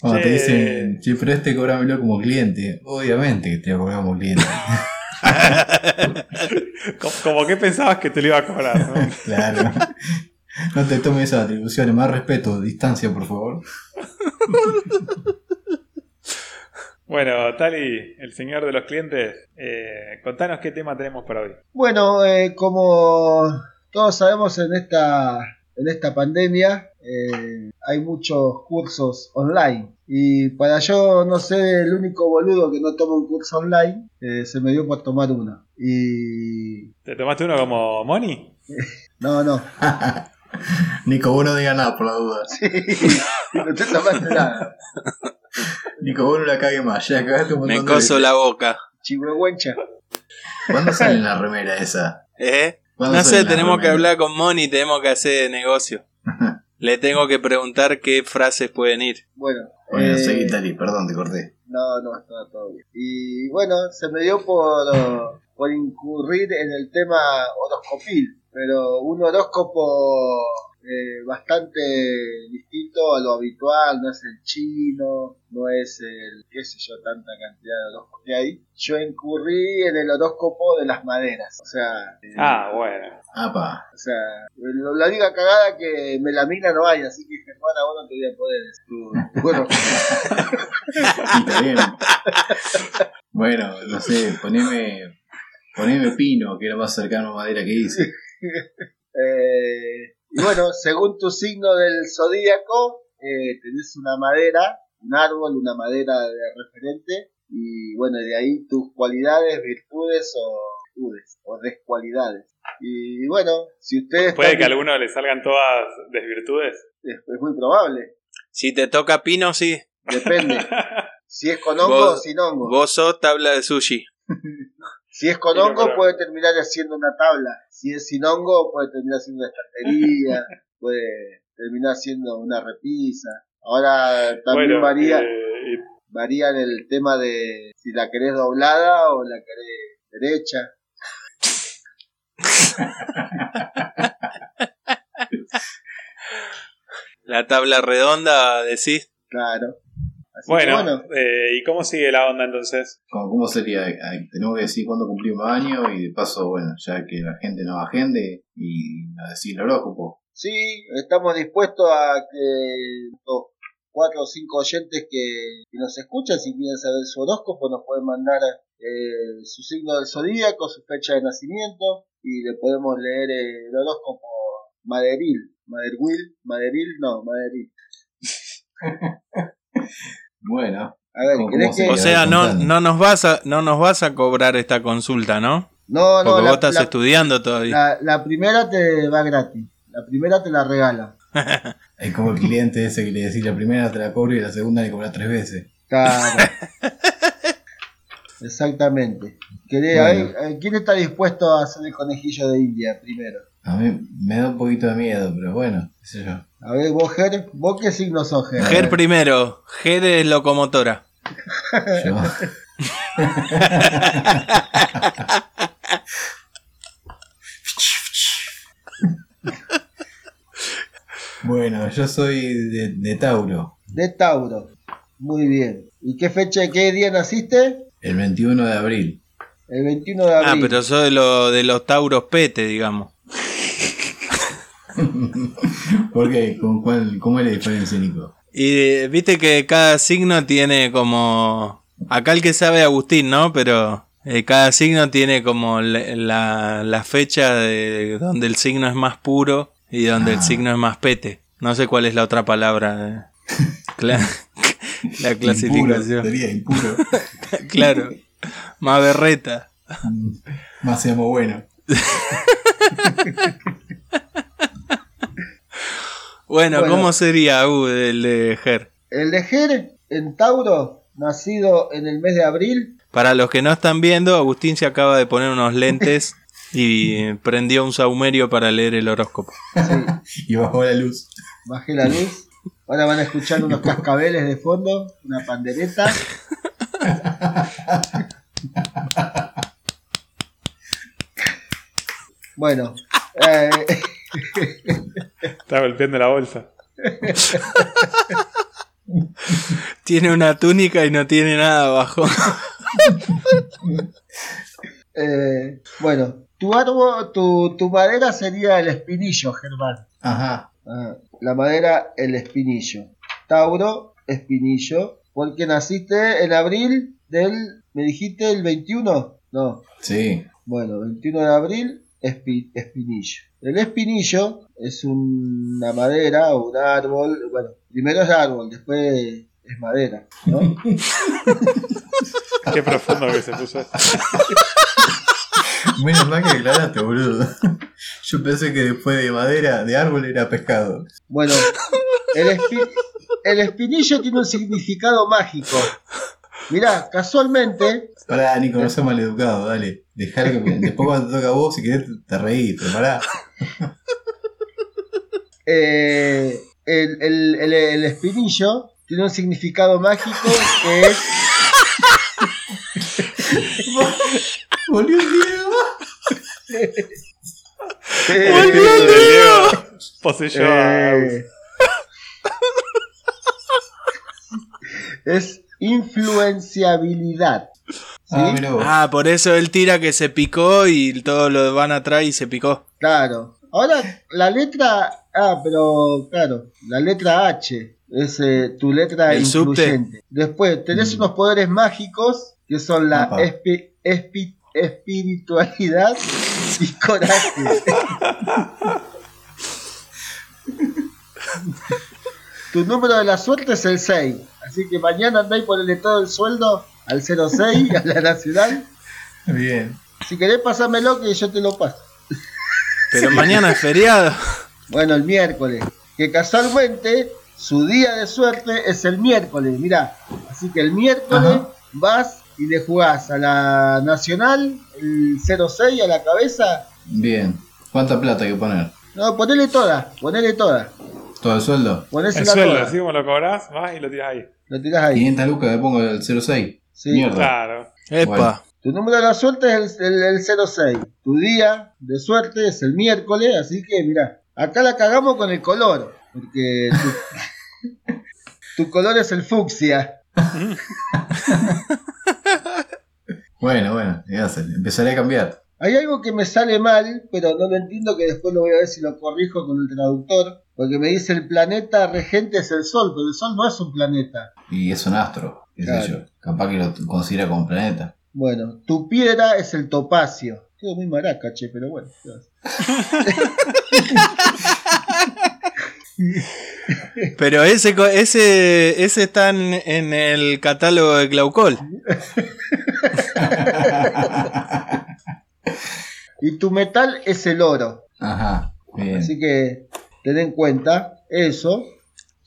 Speaker 2: Cuando te
Speaker 4: Che.
Speaker 2: dicen, che, pero este cobrámelo como cliente. Obviamente que te lo cobramos como cliente.
Speaker 4: Como, como que pensabas que te lo iba a cobrar, ¿no?
Speaker 2: claro. No te tomes esas atribuciones. Más respeto, distancia, por favor.
Speaker 4: Bueno, Tali, el señor de los clientes, eh, contanos qué tema tenemos para hoy.
Speaker 3: Bueno, eh, como todos sabemos en esta, en esta pandemia eh, hay muchos cursos online. Y para yo no ser el único boludo que no toma un curso online, eh, se me dio por tomar uno. Y...
Speaker 4: ¿Te tomaste uno como Moni?
Speaker 3: No, no.
Speaker 2: Nico, vos no digas nada por la duda.
Speaker 3: no te tomaste nada.
Speaker 2: Nico, vos no la cagues más. Ya cagaste un montón
Speaker 1: Me
Speaker 2: de
Speaker 1: coso
Speaker 2: veces.
Speaker 1: la boca.
Speaker 3: Chihuahuencha.
Speaker 2: ¿Cuándo sale la remera esa?
Speaker 1: ¿Eh?
Speaker 2: ¿Cuándo
Speaker 1: No
Speaker 2: sale
Speaker 1: sé,
Speaker 2: la
Speaker 1: tenemos que
Speaker 2: remera?
Speaker 1: hablar con Moni, tenemos que hacer negocio. Le tengo que preguntar qué frases pueden ir.
Speaker 3: Bueno.
Speaker 2: Bueno,
Speaker 3: eh,
Speaker 2: seguí, Tali, perdón, te corté.
Speaker 3: No, no, está todo bien. Y bueno, se me dio por, oh, por incurrir en el tema horoscopil, pero un horóscopo eh, bastante distinto a lo habitual, no es el chino, no es el, qué sé yo, tanta cantidad de horóscopos que hay. Yo incurrí en el horóscopo de las maderas, o sea, eh,
Speaker 4: Ah, bueno.
Speaker 2: Apa,
Speaker 3: o sea, lo- la única cagada que melamina no hay, así que Germán, a vos no te voy a poder decir tu- tu horóscopo.
Speaker 2: sí, está bien. Bueno, no sé, poneme, poneme pino, que es lo más cercano a madera que hice.
Speaker 3: Eh, y bueno, según tu signo del zodíaco, eh, tenés una madera, un árbol, una madera de referente, y bueno, de ahí tus cualidades, virtudes o virtudes, o descualidades. Y bueno, si ustedes.
Speaker 4: Puede que a
Speaker 3: están-
Speaker 4: alguno le salgan todas desvirtudes.
Speaker 3: es, es muy probable,
Speaker 1: Si te toca pino, sí.
Speaker 3: depende. si es con hongo
Speaker 1: Vos-
Speaker 3: o sin hongo.
Speaker 1: Vos sos tabla de sushi.
Speaker 3: Si es con
Speaker 4: Sí, no,
Speaker 3: hongo
Speaker 4: claro.
Speaker 3: puede terminar haciendo una tabla. Si es sin hongo puede terminar haciendo una estantería, puede terminar haciendo una repisa. Ahora también
Speaker 4: bueno,
Speaker 3: varía,
Speaker 4: eh, y-
Speaker 3: varía en el tema de si la querés doblada o la querés derecha.
Speaker 1: La tabla redonda, decís.
Speaker 3: Claro. Así que
Speaker 4: bueno,
Speaker 3: bueno,
Speaker 4: eh, ¿y cómo sigue la onda entonces?
Speaker 2: Como, ¿Cómo sería? Eh, Tenemos que decir cuándo cumplimos años y de paso, bueno, ya que la gente nos agende y nos decís el horóscopo.
Speaker 3: sí, estamos dispuestos a que los cuatro o cinco oyentes que, que nos escuchan, si quieren saber su horóscopo, nos pueden mandar eh, su signo del zodíaco, su fecha de nacimiento y le podemos leer eh, el horóscopo maderil. Maderwil, maderil, no, maderil.
Speaker 2: Bueno,
Speaker 3: A ver,
Speaker 2: ¿Cómo-
Speaker 3: ¿querés
Speaker 2: cómo se
Speaker 3: que...
Speaker 2: Sí,
Speaker 1: O sea, no,
Speaker 2: contando.
Speaker 1: no, nos vas a, no nos vas a cobrar esta consulta, ¿no?
Speaker 3: No,
Speaker 1: Porque
Speaker 3: no,
Speaker 1: vos
Speaker 3: la-
Speaker 1: estás
Speaker 3: la-
Speaker 1: estudiando todavía.
Speaker 3: La, la primera te va gratis. La primera te la regala.
Speaker 2: es como el cliente ese que le decís la primera te la cobro y la segunda le cobra tres veces.
Speaker 3: Claro. Exactamente. Queré- a ver, eh, ¿Quién está dispuesto a hacer el conejillo de India primero?
Speaker 2: A mí me da un poquito de miedo, pero bueno, qué sé yo.
Speaker 3: A ver, vos, Ger, ¿vos qué signo sos, Ger?
Speaker 2: Eh.
Speaker 1: Ger primero. Ger es locomotora.
Speaker 2: Yo- bueno, yo soy de, de Tauro.
Speaker 3: De Tauro. Muy bien. ¿Y qué fecha, qué día naciste?
Speaker 2: El 21 de abril.
Speaker 3: El 21 de
Speaker 1: Ah,
Speaker 3: abril.
Speaker 1: pero sos de, lo, de los tauros pete, digamos.
Speaker 2: ¿Por qué? ¿Con cuál, ¿Cómo es la diferencia, Nico?
Speaker 1: Y eh, viste que cada signo tiene como. Acá el que sabe Agustín, ¿no? Pero eh, cada signo tiene como la, la- la fecha de donde el signo es más puro y donde
Speaker 2: Ah.
Speaker 1: el signo es más pete. No sé cuál es la otra palabra. eh. Cla- la
Speaker 2: Impuro,
Speaker 1: clasificación.
Speaker 2: sería impuro.
Speaker 1: Claro. Más berreta.
Speaker 2: Mm, Más seamos buenos.
Speaker 1: Bueno,
Speaker 3: Bueno.
Speaker 1: ¿cómo sería Agu el de Ger?
Speaker 3: El de Ger en Tauro, nacido en el mes de abril.
Speaker 1: Para los que no están viendo, Agustín se acaba de poner unos lentes y eh, prendió un saumerio para leer el horóscopo.
Speaker 3: Sí.
Speaker 2: Y bajó la luz.
Speaker 3: Bajé la luz. Ahora van a escuchar unos cascabeles de fondo, una pandereta. Bueno, eh,
Speaker 4: Está golpeando la bolsa.
Speaker 1: Tiene una túnica y no tiene nada abajo.
Speaker 3: eh, bueno, tu árbol, tu, tu madera sería el espinillo, Germán.
Speaker 2: Ajá.
Speaker 3: Ah, la madera, el espinillo. Tauro, espinillo. Porque naciste en abril del, me dijiste el 21, no,
Speaker 2: Sí.
Speaker 3: Bueno, 21 de abril, espi- espinillo. El espinillo es un- una madera o un árbol. Bueno, primero es árbol, después es madera, ¿no?
Speaker 4: Qué profundo que se puso.
Speaker 2: Menos mal que declaraste, boludo. Yo pensé que después de madera, de árbol era pescado.
Speaker 3: Bueno, el, espi- el espinillo tiene un significado mágico. Mirá, casualmente,
Speaker 2: Pará, Nico, no seas maleducado, dale. Dejar que después cuando te toca a vos, si querés te reís, pero pará.
Speaker 3: eh, el, el- el- el espinillo tiene un significado mágico que es
Speaker 2: Volvió el Diego.
Speaker 4: El Diego. Poseyó a Agus.
Speaker 3: Eh, es influenciabilidad. ¿Sí?
Speaker 2: Ah, mira vos.
Speaker 1: Ah, por eso él tira que se picó y todo lo van atrás y se picó.
Speaker 3: Claro. Ahora, la letra. Ah, pero claro, la letra H es eh, tu letra
Speaker 1: El subte.
Speaker 3: influyente. Después, tenés
Speaker 2: Mm.
Speaker 3: unos poderes mágicos que son la
Speaker 2: Apa.
Speaker 3: espi- espi- espiritualidad y coraje. tu número de la suerte es el 6. Así que mañana andáis por el estado del sueldo al 06, a la nacional.
Speaker 2: Bien.
Speaker 3: Si querés, pasámelo que yo te lo paso.
Speaker 1: Pero mañana es feriado.
Speaker 3: Bueno, el miércoles. Que casualmente su día de suerte es el miércoles, mirá. Así que el miércoles
Speaker 2: Ajá.
Speaker 3: vas y le jugás a la Nacional, el 06 a la cabeza.
Speaker 2: Bien. ¿Cuánta plata hay que poner?
Speaker 3: No, ponele toda, ponele toda.
Speaker 2: ¿Todo el sueldo?
Speaker 4: El
Speaker 3: Ponésela
Speaker 4: sueldo,
Speaker 3: toda.
Speaker 4: así como lo cobrás, vas y lo tirás ahí.
Speaker 3: Lo tirás ahí.
Speaker 2: 500 lucas le pongo el 06.
Speaker 3: Sí. Ah.
Speaker 2: Mierda.
Speaker 4: Claro.
Speaker 1: Epa.
Speaker 3: Tu número de la suerte es el, el- el 06. Tu día de suerte es el miércoles, así que mirá. Acá la cagamos con el color, porque tu- tu color es el fucsia.
Speaker 2: Bueno, bueno. ¿qué haces? Empezaré a cambiar.
Speaker 3: Hay algo que me sale mal, pero no lo entiendo, que después lo voy a ver si lo corrijo con el traductor, porque me dice el planeta regente es el Sol, pero el Sol no es un planeta.
Speaker 2: Y es un astro. qué sé
Speaker 3: Claro.
Speaker 2: yo. Capaz que lo considera como planeta.
Speaker 3: Bueno, tu piedra es el topacio. Quedo muy maraca, che, pero bueno. ¿qué vas?
Speaker 1: Pero ese, co- ese, ese está en, en el catálogo de Glaucol.
Speaker 3: Y tu metal es el oro.
Speaker 2: Ajá. Bien.
Speaker 3: Así que ten en cuenta eso.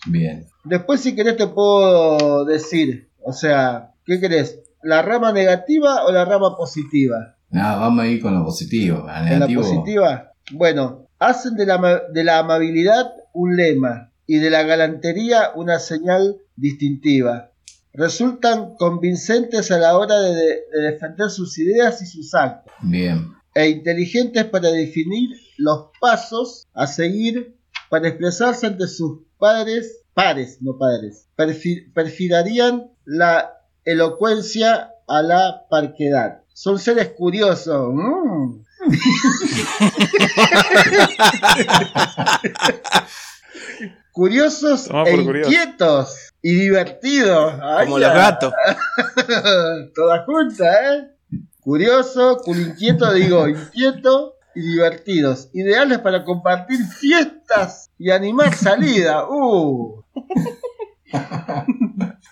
Speaker 2: Bien.
Speaker 3: Después si querés te puedo decir, o sea, ¿qué querés? ¿La rama negativa o la rama positiva?
Speaker 2: Nada, vamos a ir con lo positivo. Al
Speaker 3: En la
Speaker 2: negativo.
Speaker 3: positiva. Bueno, hacen de la, ama- de la amabilidad un lema y de la galantería una señal distintiva. Resultan convincentes a la hora de, de defender sus ideas y sus actos
Speaker 2: Bien.
Speaker 3: e inteligentes para definir los pasos a seguir para expresarse ante sus padres, pares, no padres. Perfi- perfilarían la elocuencia a la parquedad. Son seres curiosos. mm. curiosos
Speaker 4: Tomá
Speaker 3: e
Speaker 4: por curioso.
Speaker 3: inquietos y divertidos. Ay,
Speaker 1: Como los
Speaker 3: ya.
Speaker 1: gatos.
Speaker 3: Todas juntas, ¿eh? Curioso, culo inquieto, digo, inquieto y divertidos. Ideales para compartir fiestas y animar salida. Uh,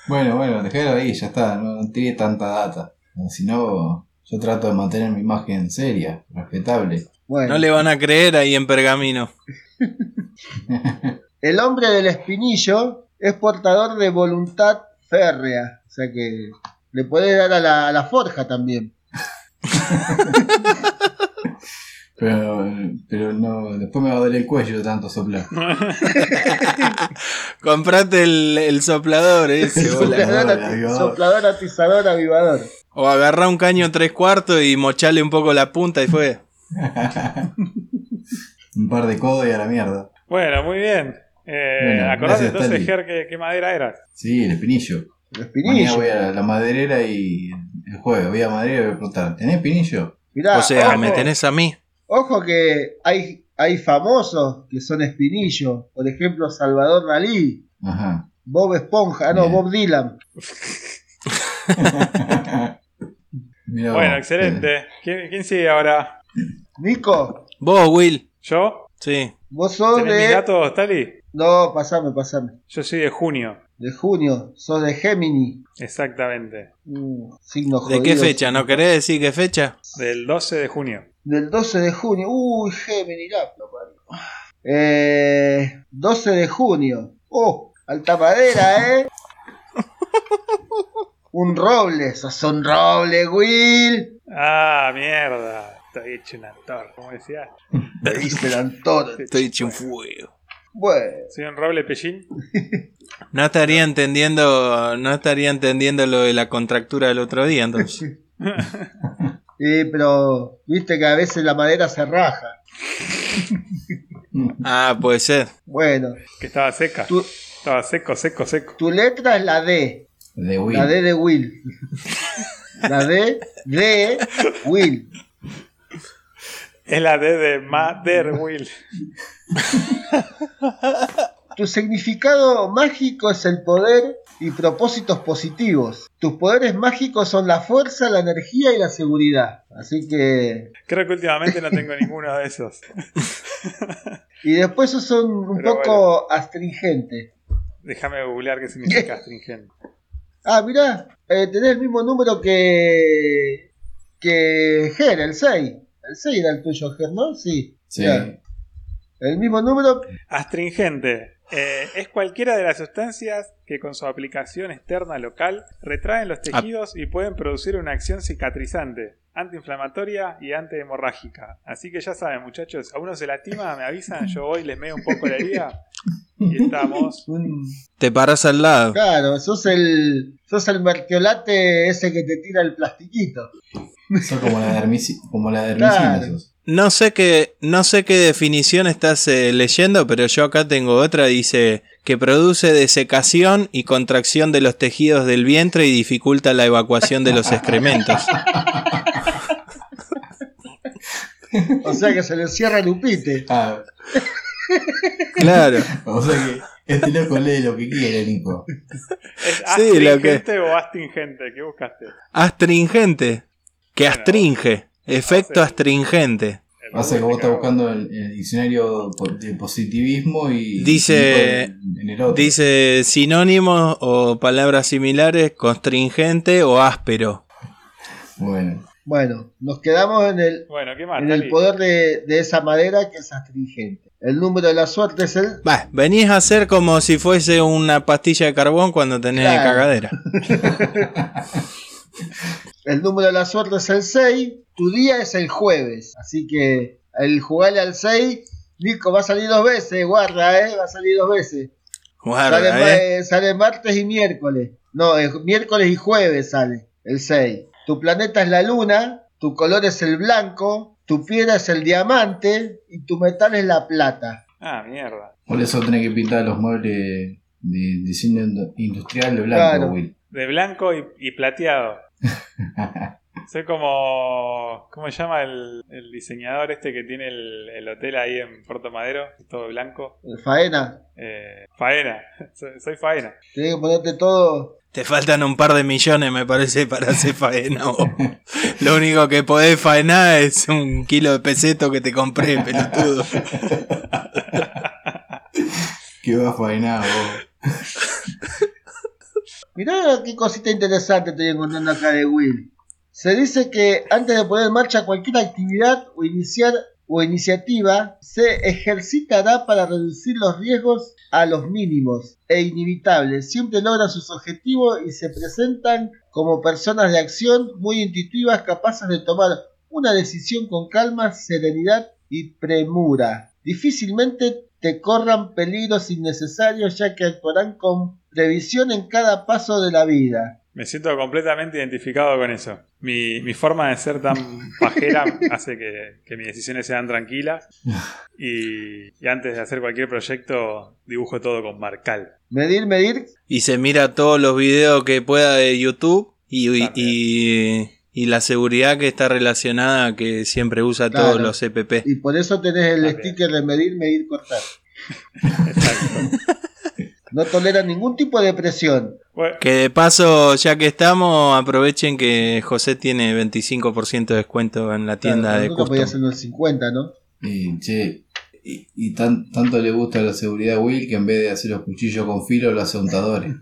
Speaker 2: Bueno, bueno, dejalo ahí, ya está, no, no tiré tanta data. Si no, yo trato de mantener mi imagen seria, respetable.
Speaker 3: bueno,
Speaker 1: No le van a creer ahí en pergamino.
Speaker 3: el hombre del espinillo es portador de voluntad férrea. O sea que le podés dar a la, a la forja también.
Speaker 2: Pero, pero no, después me va a doler el cuello de tanto soplar.
Speaker 1: Comprate el, el soplador ese, bola.
Speaker 3: Soplador,
Speaker 2: Hola,
Speaker 3: ati-
Speaker 2: avivador.
Speaker 3: soplador, atizador, avivador.
Speaker 1: O agarrá un caño tres cuartos y mochale un poco la punta y fue.
Speaker 2: Un par de codos y a la mierda.
Speaker 4: Bueno, muy bien. Eh,
Speaker 2: Bueno,
Speaker 4: acordate
Speaker 2: gracias,
Speaker 4: entonces,
Speaker 2: Stanley.
Speaker 4: Ger, qué, qué madera era.
Speaker 2: Sí, el espinillo.
Speaker 3: El
Speaker 2: Mañana
Speaker 3: espinillo.
Speaker 2: voy a la maderera y el jueves voy a madera y voy a preguntar, ¿tenés pinillo?
Speaker 3: Mirá,
Speaker 1: o sea,
Speaker 3: ojo.
Speaker 1: me tenés a mí.
Speaker 3: Ojo que hay, hay famosos que son espinillos, por ejemplo Salvador Dalí,
Speaker 2: Ajá.
Speaker 3: Bob Esponja, ah, no,
Speaker 2: Bien.
Speaker 3: Bob Dylan.
Speaker 2: Mirá vos.
Speaker 4: Bueno, excelente. ¿Quién, quién sigue ahora?
Speaker 3: Nico,
Speaker 1: Vos, Will.
Speaker 4: ¿Yo?
Speaker 1: Sí.
Speaker 3: vos sos
Speaker 4: ¿Tenés mis
Speaker 3: de...
Speaker 4: datos, Tali?
Speaker 3: No, pasame, pasame.
Speaker 4: Yo soy de junio.
Speaker 3: De junio, sos de Gemini.
Speaker 4: Exactamente.
Speaker 3: Mm, signo
Speaker 1: ¿De
Speaker 3: jodido.
Speaker 1: qué fecha? ¿No querés decir qué fecha?
Speaker 4: Del 12 de junio.
Speaker 3: Del 12 de junio. Uy, Gemini, la puta madre. Eh, 12 de junio. Oh, alta madera, ¿eh? Un roble, sos un roble, Will.
Speaker 4: Ah, mierda. Estoy hecho un actor, como decía.
Speaker 3: Te dicen todo.
Speaker 1: Estoy hecho un fuego.
Speaker 3: Bueno,
Speaker 4: Soy un roble pellín.
Speaker 1: No estaría entendiendo, no estaría entendiendo lo de la contractura del otro día, entonces.
Speaker 3: Sí, pero viste que a veces la madera se raja.
Speaker 1: Ah, puede ser.
Speaker 3: Bueno,
Speaker 4: Que estaba seca.
Speaker 3: tu,
Speaker 4: Estaba seco, seco, seco.
Speaker 3: tu letra es la D.
Speaker 2: De Wii.
Speaker 3: La D de Will. La D de Will.
Speaker 4: Es la D de Mother Will.
Speaker 3: Tu significado mágico es el poder y propósitos positivos. Tus poderes mágicos son la fuerza, la energía y la seguridad. Así que...
Speaker 4: Creo que últimamente no tengo ninguno de esos.
Speaker 3: Y después sos un, un
Speaker 4: Pero
Speaker 3: poco astringente.
Speaker 4: Déjame googlear qué significa astringente.
Speaker 3: Ah, mirá, eh, tenés el mismo número que... que Ger, el 6. El 6 era el tuyo, Ger, ¿no? Sí.
Speaker 2: Sí.
Speaker 3: Mirá, El mismo número
Speaker 4: Astringente. eh, es cualquiera de las sustancias que con su aplicación externa local retraen
Speaker 1: Ah.
Speaker 4: los tejidos y pueden producir una acción cicatrizante, antiinflamatoria y antihemorrágica. Así que ya saben, muchachos, a uno se lastima, me avisan, yo voy, les meo un poco la herida y estamos.
Speaker 3: un-
Speaker 1: Te paras al lado.
Speaker 3: Claro, sos el, sos el mertiolate ese que te tira el plastiquito.
Speaker 2: Son como la de Hermisi- como la de Hermisina,
Speaker 3: Claro.
Speaker 2: sos.
Speaker 1: No sé qué, no sé qué definición estás eh, leyendo, pero yo acá tengo otra, dice que produce desecación y contracción de los tejidos del vientre y dificulta la evacuación de los excrementos.
Speaker 3: O sea que se le cierra el upite.
Speaker 2: Ah,
Speaker 1: Claro.
Speaker 2: o sea que este loco lee lo que quiere, Nico.
Speaker 4: ¿Es
Speaker 1: Sí, lo que-
Speaker 4: astringente o astringente? ¿Qué buscaste?
Speaker 1: Astringente. Que astringe. Efecto
Speaker 4: Sí.
Speaker 1: astringente.
Speaker 2: O sea que vos estás buscando el, el diccionario po- de positivismo y.
Speaker 1: Dice-
Speaker 2: y Nico en, en el otro.
Speaker 1: Dice sinónimos o palabras similares, constringente o áspero.
Speaker 2: Bueno,
Speaker 3: Bueno, nos quedamos en el,
Speaker 4: Bueno, ¿qué más?
Speaker 3: en el
Speaker 4: Tali?
Speaker 3: poder de, de esa madera que es astringente. El número de la suerte es el.
Speaker 1: Bah, venís a hacer como si fuese una pastilla de carbón cuando tenés
Speaker 3: Claro.
Speaker 1: cagadera.
Speaker 3: El número de la suerte es el 6. Tu día es el jueves. Así que el jugarle al 6. Nico, va a salir dos veces, guarda, eh, va a salir dos veces.
Speaker 1: Guarda,
Speaker 3: sale, ma-
Speaker 1: eh.
Speaker 3: eh, sale martes y miércoles. No, eh, miércoles y jueves sale, el 6. Tu planeta es la luna, tu color es el blanco, tu piedra es el diamante y tu metal es la plata.
Speaker 4: Ah, mierda.
Speaker 2: por eso tenés que pintar los muebles de diseño indu- industrial de blanco,
Speaker 3: Claro.
Speaker 2: Will.
Speaker 4: De blanco y, y plateado. Soy como. ¿Cómo se llama el, el diseñador este que tiene el, el hotel ahí en Puerto Madero? Todo blanco.
Speaker 3: Eh, Faena,
Speaker 4: Eh, faena. Soy, soy faena.
Speaker 3: tenés que ponerte todo.
Speaker 1: Te faltan un par de millones, me parece, para hacer faena. vos. Lo único que podés faenar es un kilo de peseto que te compré, pelotudo.
Speaker 2: Qué va faenado vos.
Speaker 3: Mirá qué cosita interesante te estoy contando acá de Will. Se dice que antes de poner en marcha cualquier actividad o iniciar o iniciativa, se ejercitará para reducir los riesgos a los mínimos e inevitables. Siempre logran sus objetivos y se presentan como personas de acción muy intuitivas, capaces de tomar una decisión con calma, serenidad y premura. Difícilmente te corran peligros innecesarios ya que actuarán con previsión en cada paso de la vida.
Speaker 4: Me siento completamente identificado con eso. Mi, mi forma de ser tan pajera hace que, que mis decisiones sean tranquilas. Y, y antes de hacer cualquier proyecto, dibujo todo con marcal.
Speaker 3: Medir, medir,
Speaker 1: Y se mira todos los videos que pueda de YouTube y, y,
Speaker 4: También.
Speaker 1: y- y la seguridad que está relacionada que siempre usa
Speaker 3: Claro.
Speaker 1: todos los E EPP.
Speaker 3: y por eso tenés el
Speaker 1: Ah,
Speaker 4: Está bien.
Speaker 3: sticker de medir, medir, cortar.
Speaker 4: Exacto.
Speaker 3: No tolera ningún tipo de presión.
Speaker 4: Bueno,
Speaker 1: Que de paso, ya que estamos, aprovechen que José tiene 25% de descuento en la tienda
Speaker 3: Claro,
Speaker 1: de
Speaker 3: nunca podía
Speaker 1: custom.
Speaker 3: hacerlo el 50, ¿no?
Speaker 2: Y, che, y, y tan- tanto le gusta la seguridad a Will que en vez de hacer los cuchillos con filo, lo hace untadores.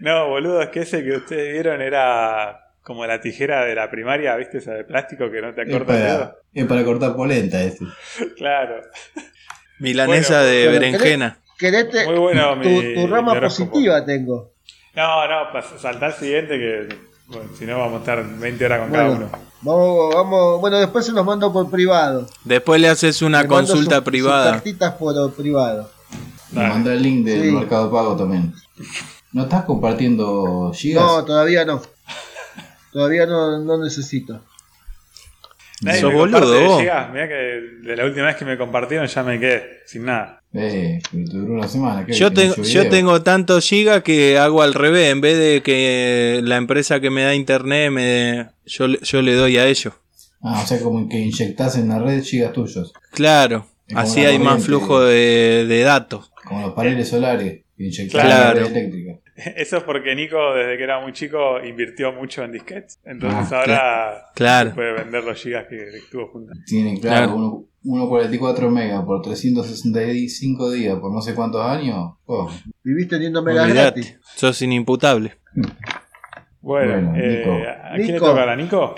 Speaker 4: No, boludo, es que ese que ustedes vieron era como la tijera de la primaria, ¿viste? Esa de plástico que no te
Speaker 2: Es
Speaker 4: acorta el
Speaker 2: para,
Speaker 4: dedo.
Speaker 2: es para cortar polenta este.
Speaker 4: Claro.
Speaker 1: Milanesa
Speaker 4: Bueno,
Speaker 1: de
Speaker 3: bueno,
Speaker 1: berenjena.
Speaker 3: Querés te-
Speaker 4: Muy bueno
Speaker 3: tu,
Speaker 4: mi-
Speaker 3: tu rama
Speaker 4: mi horóscopo.
Speaker 3: positiva tengo.
Speaker 4: No, no, pas- saltá al siguiente que bueno, si no vamos a estar 20 horas con cada
Speaker 3: Bueno,
Speaker 4: uno.
Speaker 3: vamos, vamos, bueno, después se los mando por privado.
Speaker 1: Después le haces una
Speaker 3: Le mando
Speaker 1: consulta
Speaker 3: sus- sus
Speaker 1: privada.
Speaker 3: cartitas por privado.
Speaker 2: Me mandó el link del
Speaker 3: Sí.
Speaker 2: mercado pago también. ¿No estás compartiendo gigas?
Speaker 3: No, todavía no. Todavía no, no necesito.
Speaker 4: Nadie
Speaker 1: Sos
Speaker 4: me comparte
Speaker 1: boludo,
Speaker 4: de
Speaker 1: vos.
Speaker 4: gigas, mirá que de la última vez que me compartieron ya me quedé sin nada.
Speaker 2: Eh, pero te duró una semana. ¿qué?
Speaker 1: Yo,
Speaker 2: ¿Tenés
Speaker 1: tengo-
Speaker 2: mucho
Speaker 1: yo
Speaker 2: video?
Speaker 1: tengo tantos gigas que hago al revés. En vez de que la empresa que me da internet, me, yo, le- yo le doy a ellos.
Speaker 2: Ah, o sea, como que inyectás en la red gigas tuyos.
Speaker 1: Claro,
Speaker 2: Es como
Speaker 1: así
Speaker 2: la
Speaker 1: hay más
Speaker 2: corriente.
Speaker 1: flujo de, de datos.
Speaker 2: Como los paneles solares. que Inyectás
Speaker 1: Eh,
Speaker 2: en
Speaker 1: Claro.
Speaker 2: la red eléctrica.
Speaker 4: Eso es porque Nico desde que era muy chico invirtió mucho en disquetes. Entonces
Speaker 2: Ah,
Speaker 4: ahora
Speaker 1: Claro.
Speaker 4: puede vender los gigas que estuvo juntando.
Speaker 2: Tienen, claro,
Speaker 1: Claro.
Speaker 2: uno- 1.44 megas por 365 días por no sé cuántos años. Oh,
Speaker 3: Vivís teniendo megas gratis.
Speaker 1: Olvidate, sos inimputable.
Speaker 4: Bueno,
Speaker 2: Bueno,
Speaker 4: eh,
Speaker 2: Nico.
Speaker 4: ¿a quién le
Speaker 3: Nico.
Speaker 4: toca a Nico?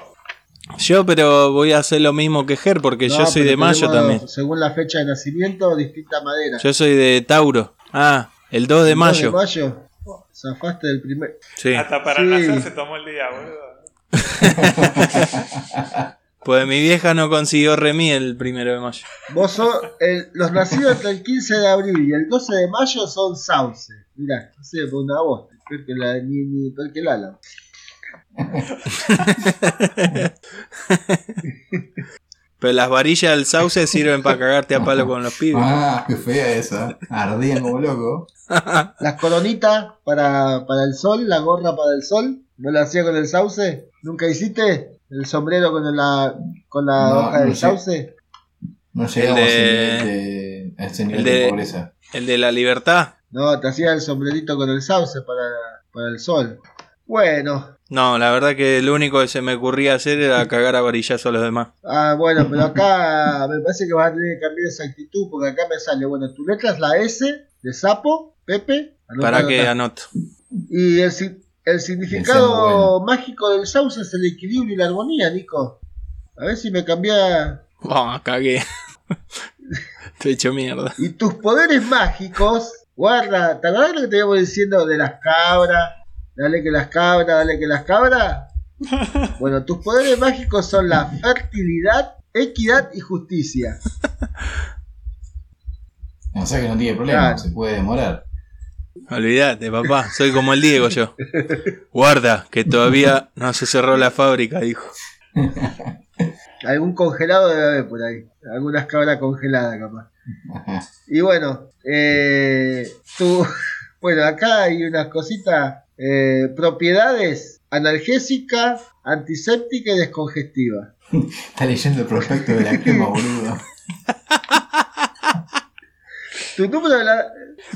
Speaker 1: Yo, pero voy a hacer lo mismo que Ger, porque
Speaker 3: No,
Speaker 1: yo soy
Speaker 3: pero
Speaker 1: de mayo
Speaker 3: tenemos,
Speaker 1: también.
Speaker 3: Según la fecha de nacimiento, distinta madera.
Speaker 1: Yo soy de Tauro. Ah, el 2 de
Speaker 3: El dos
Speaker 1: mayo.
Speaker 3: De mayo. Zafaste del primer.
Speaker 1: Sí.
Speaker 4: Hasta para
Speaker 3: Sí.
Speaker 4: nacer se tomó el día, boludo.
Speaker 1: Pues mi vieja no consiguió remis el primero de mayo.
Speaker 3: Vos sos. el- los nacidos entre el 15 de abril y el 12 de mayo son sauce. Mirá, no sé, por una voz. Peor que la, ni, ni, peor que el Alan.
Speaker 1: Pero las varillas del sauce sirven para cagarte a palo con los pibes.
Speaker 2: Ah, qué fea esa. Ardían como loco.
Speaker 3: Las coronitas para, para el sol, la gorra para el sol. ¿No la hacía con el sauce? ¿Nunca hiciste? ¿El sombrero con la, con la
Speaker 2: No,
Speaker 3: hoja
Speaker 2: no
Speaker 3: del
Speaker 2: sé.
Speaker 3: sauce?
Speaker 2: No
Speaker 1: El
Speaker 2: llegamos a
Speaker 1: de-
Speaker 2: ese nivel de, a ese nivel
Speaker 1: el
Speaker 2: de,
Speaker 1: de-
Speaker 2: pobreza.
Speaker 1: El de la libertad.
Speaker 3: No, te hacía el sombrerito con el sauce para, para el sol. Bueno,
Speaker 1: No, la verdad que lo único que se me ocurría hacer era cagar a varillazo a los demás.
Speaker 3: Ah, bueno, pero acá me parece que vas a tener que cambiar esa actitud porque acá me sale, bueno, tu letra es la S de sapo, Pepe. anota,
Speaker 1: Para que
Speaker 3: anota.
Speaker 1: anoto.
Speaker 3: Y el, si- el significado
Speaker 2: Pensando,
Speaker 3: mágico del sauce es el equilibrio y la armonía, Nico. A ver si me cambia.
Speaker 1: Buah, cagué. Estoy hecho mierda.
Speaker 3: Y tus poderes mágicos, guarda, ¿te acordás lo que te íbamos diciendo de las cabras? Dale que las cabras, dale que las cabras. Bueno, tus poderes mágicos son la fertilidad, equidad y justicia.
Speaker 2: O sea que no tiene problema,
Speaker 3: Claro.
Speaker 2: se puede demorar.
Speaker 1: Olvídate, papá. Soy como el Diego yo. Guarda, que todavía no se cerró la fábrica, dijo.
Speaker 3: Algún congelado debe haber por ahí. Algunas cabras congeladas, capaz. Y bueno, eh, tú, bueno, acá hay unas cositas. eh, propiedades analgésica, antiséptica y descongestiva.
Speaker 2: Está leyendo el prospecto de la crema, boludo.
Speaker 3: Tu número de la-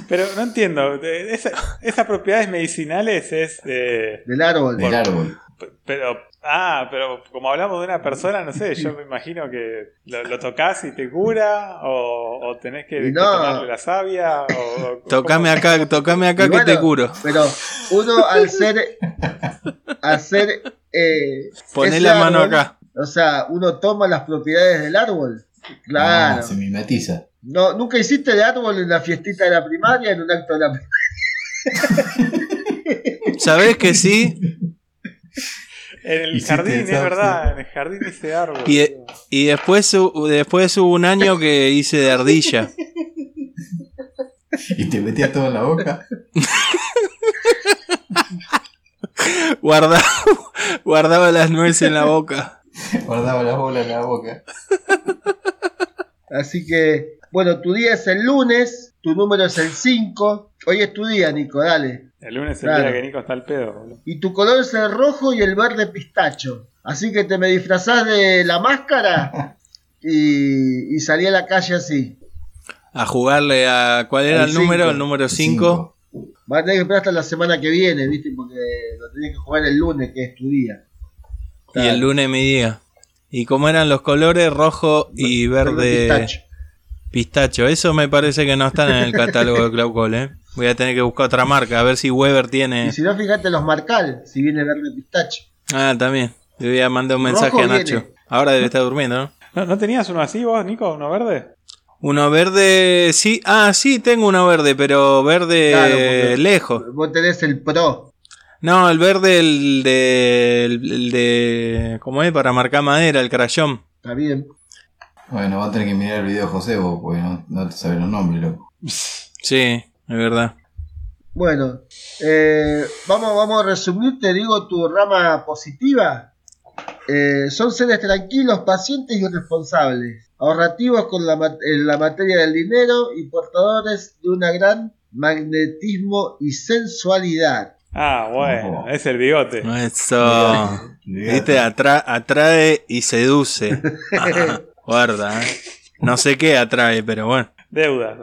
Speaker 4: Pero no entiendo, de- esa- esas propiedades medicinales es... eh,
Speaker 3: del árbol.
Speaker 2: Del árbol.
Speaker 4: p- pero, ah, pero como hablamos de una persona, no sé, yo me imagino que lo, lo tocas y te cura, o, o tenés que, que
Speaker 3: No.
Speaker 4: tomarle la savia, o... o-
Speaker 1: Tocame
Speaker 4: ¿cómo?
Speaker 1: acá, tocame
Speaker 3: Y
Speaker 1: acá que
Speaker 3: bueno,
Speaker 1: te curo.
Speaker 3: Pero uno al ser. Al ser. eh,
Speaker 1: Poné
Speaker 3: ese
Speaker 1: la mano
Speaker 3: árbol,
Speaker 1: acá.
Speaker 3: O sea, uno toma las propiedades del árbol. Claro.
Speaker 2: Ah, se mimetiza.
Speaker 3: No, nunca hiciste de árbol en la fiestita de la primaria, en un acto de la primaria.
Speaker 1: ¿Sabés que sí?
Speaker 4: En el
Speaker 2: Hiciste
Speaker 4: jardín, es
Speaker 2: esa
Speaker 4: verdad, en el jardín ese árbol.
Speaker 1: Y,
Speaker 4: boludo.
Speaker 1: y después, hu- después hubo un año que hice de ardilla.
Speaker 2: Y te metías todo en la boca.
Speaker 1: Guardaba, guardaba las nueces en la boca.
Speaker 2: Guardaba las bolas en la boca.
Speaker 3: Así que, bueno, tu día es el lunes, tu número es el 5. Hoy es tu día, Nico, dale.
Speaker 4: El lunes es el
Speaker 3: Claro.
Speaker 4: día que Nico está al pedo, boludo.
Speaker 3: Y tu color es el rojo y el verde pistacho. Así que te me disfrazás de la máscara y, y salí a la calle así.
Speaker 1: A jugarle a. ¿Cuál era
Speaker 3: Al
Speaker 1: el, número?
Speaker 3: cinco.
Speaker 1: El número 5.
Speaker 3: Vas a tener que esperar hasta la semana que viene, ¿viste? Porque lo tenés que jugar el lunes, que es tu día.
Speaker 1: Y el lunes mi día. ¿Y cómo eran los colores? Rojo y verde pistacho.
Speaker 3: pistacho.
Speaker 1: Eso me parece que no están en el catálogo de Claucol, ¿eh? Voy a tener que buscar otra marca, a ver si Weber
Speaker 3: Y
Speaker 1: tiene.
Speaker 3: si no, fíjate los marcal, si viene verde pistacho.
Speaker 1: Ah, también. Le voy a mandar un mensaje
Speaker 3: Rojo
Speaker 1: a Nacho.
Speaker 3: viene.
Speaker 1: Ahora debe estar durmiendo, ¿no?
Speaker 4: ¿No, no tenías uno así vos, Nico? ¿Uno verde?
Speaker 1: Uno verde, sí. Ah, sí, tengo uno verde, pero verde
Speaker 3: Claro, porque-
Speaker 1: lejos.
Speaker 3: Vos tenés el pro.
Speaker 1: No, el verde, el de. El, el de ¿Cómo es? Para marcar madera, el crayón.
Speaker 3: Está bien.
Speaker 2: Bueno, va a tener que mirar el video José vos, porque no, no te sabes los nombres, loco.
Speaker 1: Sí, es verdad.
Speaker 3: Bueno, eh, vamos, vamos a resumir, te digo tu rama positiva. Eh, son seres tranquilos, pacientes y responsables, ahorrativos con la, ma- en la materia del dinero y portadores de una gran magnetismo y sensualidad.
Speaker 4: Ah, bueno,
Speaker 2: Oh.
Speaker 4: es el bigote.
Speaker 1: Eso. Ah, Viste, Atra- atrae y seduce. Ajá, Guarda, ¿eh? No sé qué atrae, pero bueno.
Speaker 4: Deudas.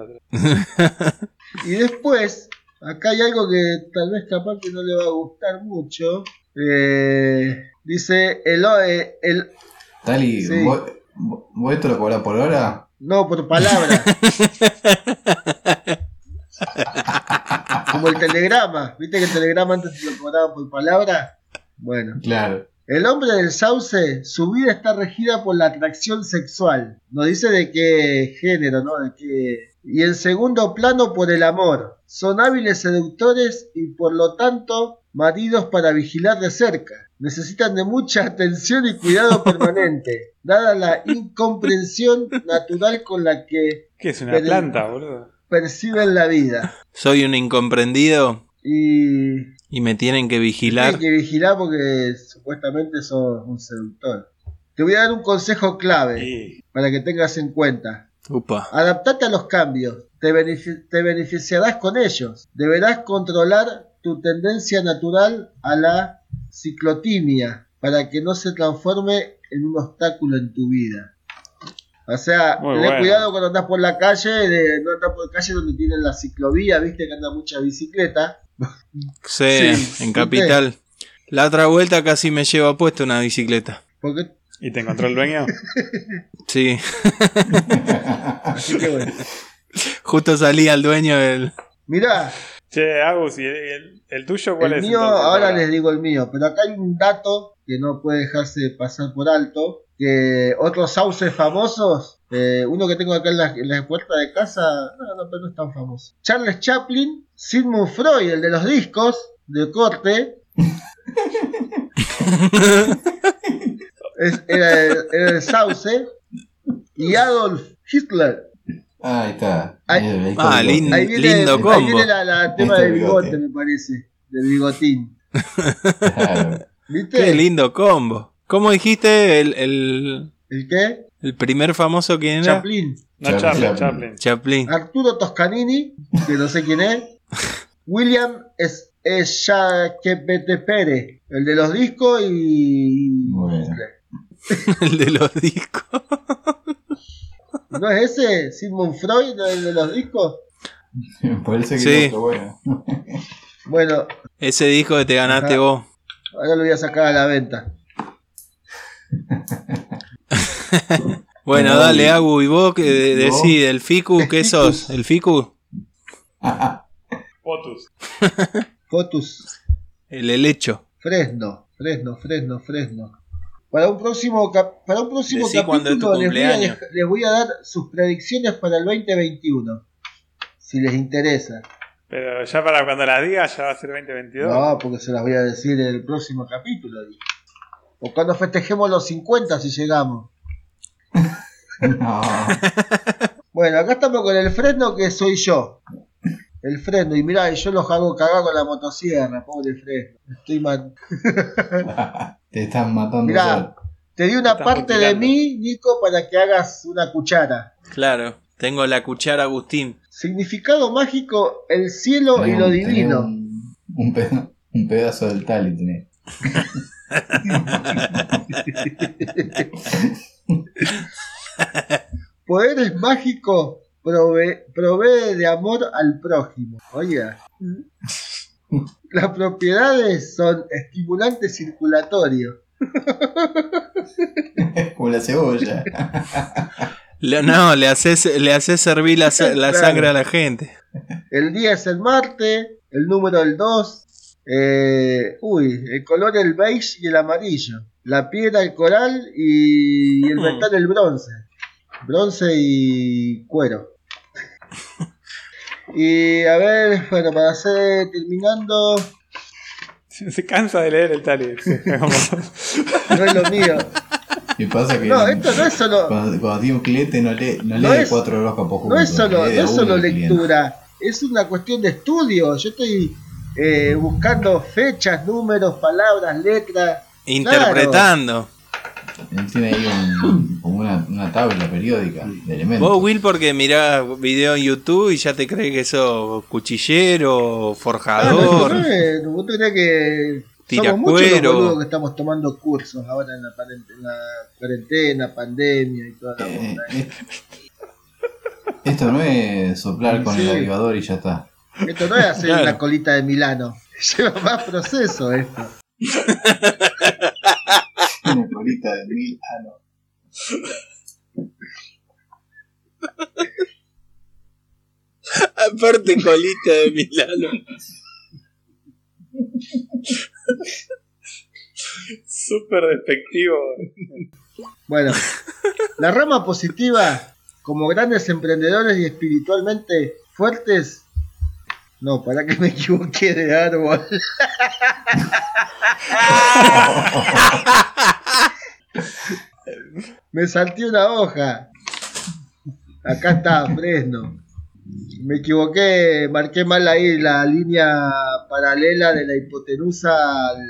Speaker 3: Y después, acá hay algo que tal vez capaz que no le va a gustar mucho. Eh, dice, el, o- eh, el,
Speaker 2: Tali,
Speaker 3: Sí.
Speaker 2: ¿vos, vos- vos esto lo cobrás por hora?
Speaker 3: No, por palabra. Como el telegrama. ¿Viste que el telegrama antes te lo cobraban por palabra? Bueno.
Speaker 2: Claro.
Speaker 3: El hombre del sauce, su vida está regida por la atracción sexual. No dice de qué género, ¿no? De qué... Y en segundo plano por el amor. Son hábiles seductores y por lo tanto maridos para vigilar de cerca. Necesitan de mucha atención y cuidado permanente, dada la incomprensión natural con la que
Speaker 4: ¿Qué es una
Speaker 3: Pero-
Speaker 4: planta, boludo?
Speaker 3: perciben la vida.
Speaker 1: Soy un incomprendido
Speaker 3: Y
Speaker 1: y me tienen que vigilar.
Speaker 3: Hay que vigilar porque supuestamente sos un seductor. Te voy a dar un consejo clave
Speaker 4: Y
Speaker 3: para que tengas en cuenta.
Speaker 1: Upa.
Speaker 3: Adaptate a los cambios, te, benefi- te beneficiarás con ellos. Deberás controlar tu tendencia natural a la ciclotimia para que no se transforme en un obstáculo en tu vida. O sea,
Speaker 4: Muy
Speaker 3: tener
Speaker 4: bueno.
Speaker 3: cuidado cuando andás por la calle, de no andás por calle donde tienen la ciclovía, viste que anda mucha bicicleta.
Speaker 1: Sí,
Speaker 3: Sí,
Speaker 1: en capital. La otra vuelta casi me lleva puesto una bicicleta.
Speaker 3: Porque
Speaker 4: ¿Y te encontró el dueño?
Speaker 1: Sí,
Speaker 3: así que bueno.
Speaker 1: justo salí al dueño del...
Speaker 3: Mirá,
Speaker 4: che, Agus, ¿y el, el- el tuyo cuál
Speaker 3: el
Speaker 4: es?
Speaker 3: mío,
Speaker 4: entonces,
Speaker 3: ahora les digo el mío, pero acá hay un dato que no puede dejarse pasar por alto, que otros sauces famosos, eh, uno que tengo acá en la, en la puerta de casa, no, no, pero no es tan famoso. Charles Chaplin, Sigmund Freud, el de los discos de corte. Es- era, el- era el sauce. Y Adolf Hitler.
Speaker 2: Ah, Ahí está.
Speaker 3: Ahí-
Speaker 2: Ahí- ahí
Speaker 1: Ah,
Speaker 2: está el
Speaker 1: lindo.
Speaker 2: bigote.
Speaker 3: Ahí viene,
Speaker 1: Lindo
Speaker 3: ahí
Speaker 1: combo.
Speaker 3: viene la, la tema
Speaker 2: Este
Speaker 3: del bigote,
Speaker 2: bigote.
Speaker 3: me parece. Del bigotín.
Speaker 2: Claro.
Speaker 3: ¿Viste?
Speaker 1: Qué lindo combo. ¿Cómo dijiste el, el,
Speaker 3: ¿El qué?
Speaker 1: el primer famoso quién era?
Speaker 3: Chaplin. Ah.
Speaker 4: No, Charlie,
Speaker 2: Charlie
Speaker 4: Chaplin.
Speaker 1: Chaplin.
Speaker 3: Arturo Toscanini, que no sé quién es. William es Pérez, el de los discos y.
Speaker 2: Bueno.
Speaker 1: el de los discos.
Speaker 3: ¿No es ese? ¿Sigmund Freud, no, el de los discos?
Speaker 2: Parece que
Speaker 1: Sí.
Speaker 2: es otro, bueno.
Speaker 3: Bueno,
Speaker 1: Ese disco que te ganaste
Speaker 3: Ajá.
Speaker 1: vos.
Speaker 3: ahora lo voy a sacar a la venta.
Speaker 1: Bueno,
Speaker 2: No,
Speaker 1: dale,
Speaker 2: y-
Speaker 1: Agu, y vos que de-
Speaker 2: ¿y vos?
Speaker 1: decís, ¿el Ficu qué sos? ¿El Ficu?
Speaker 4: Potus.
Speaker 3: Fotus,
Speaker 1: El helecho.
Speaker 3: Fresno, Fresno, Fresno, Fresno. Para un próximo, cap- para un próximo
Speaker 1: Decí cuándo es tu
Speaker 3: capítulo les voy, a
Speaker 1: cumpleaños.
Speaker 3: dej- les voy a dar sus predicciones para el 2021. Si les interesa.
Speaker 4: Pero ya para cuando las digas ya va a ser 2022.
Speaker 3: No, porque se las voy a decir en el próximo capítulo. digo. O cuando festejemos los 50 si llegamos.
Speaker 2: No.
Speaker 3: Bueno, acá estamos con el freno que soy yo. El freno, y mirá, yo los hago cagar con la motosierra, pobre freno. Estoy mal.
Speaker 2: Te están matando.
Speaker 3: Mirá.
Speaker 2: solo.
Speaker 3: Te di una
Speaker 4: Estás
Speaker 3: parte de
Speaker 4: mutilando.
Speaker 3: mí, Nico, para que hagas una cuchara.
Speaker 1: Claro, tengo la cuchara Agustín.
Speaker 3: Significado mágico, el cielo y
Speaker 2: Tenés
Speaker 3: lo
Speaker 2: un- tenés
Speaker 3: divino.
Speaker 2: Un, un peda- un pedazo del Tali tenés.
Speaker 3: Poderes mágicos prove- provee de amor al prójimo. Oiga. Las propiedades son estimulante circulatorio.
Speaker 2: Como la cebolla.
Speaker 1: Le- no, le haces, le haces servir la, sa- la
Speaker 3: Claro.
Speaker 1: sangre a la gente.
Speaker 3: El día es el Marte, el número el 2. eh, uy, el color el beige y el amarillo. La piedra el coral y el
Speaker 1: Hmm.
Speaker 3: metal el bronce. Bronce y cuero. Y a ver, bueno, para hacer terminando,
Speaker 4: Se cansa de leer el tali.
Speaker 3: no es lo mío.
Speaker 2: Y pasa que
Speaker 3: No, esto no es solo.
Speaker 2: cuando, cuando tiene un cliente no lee, no
Speaker 3: No
Speaker 2: lee
Speaker 3: es-
Speaker 2: cuatro horóscopos
Speaker 3: No es solo, no es solo lectura, es una cuestión de estudio. Yo estoy eh, buscando fechas, números, palabras, letras.
Speaker 1: Interpretando.
Speaker 2: Él tiene ahí un- como una, una tabla periódica de elementos.
Speaker 1: Vos, Will, porque mirás video en YouTube y ya te crees que sos cuchillero,
Speaker 3: Ah, no,
Speaker 1: forjador.
Speaker 3: no, eh, vos tenés que.
Speaker 1: Tira
Speaker 3: somos muchos los
Speaker 1: cuero.
Speaker 3: boludos que estamos tomando cursos ahora en la, paren- en la cuarentena, pandemia y toda la
Speaker 2: Eh,
Speaker 3: onda.
Speaker 2: eh, esto no es soplar con el
Speaker 3: Sí.
Speaker 2: avivador y ya está.
Speaker 3: Esto no es hacer
Speaker 1: Claro.
Speaker 3: una colita de Milano. Lleva más proceso esto.
Speaker 2: Una colita de mil. Ah, no.
Speaker 1: Aparte, colita de Milano.
Speaker 4: Súper despectivo.
Speaker 3: Bueno, la rama positiva, como grandes emprendedores y espiritualmente fuertes. No, para que me equivoqué de árbol. me salté una hoja. Acá está, Fresno. Me equivoqué, marqué mal ahí la línea paralela de la hipotenusa al,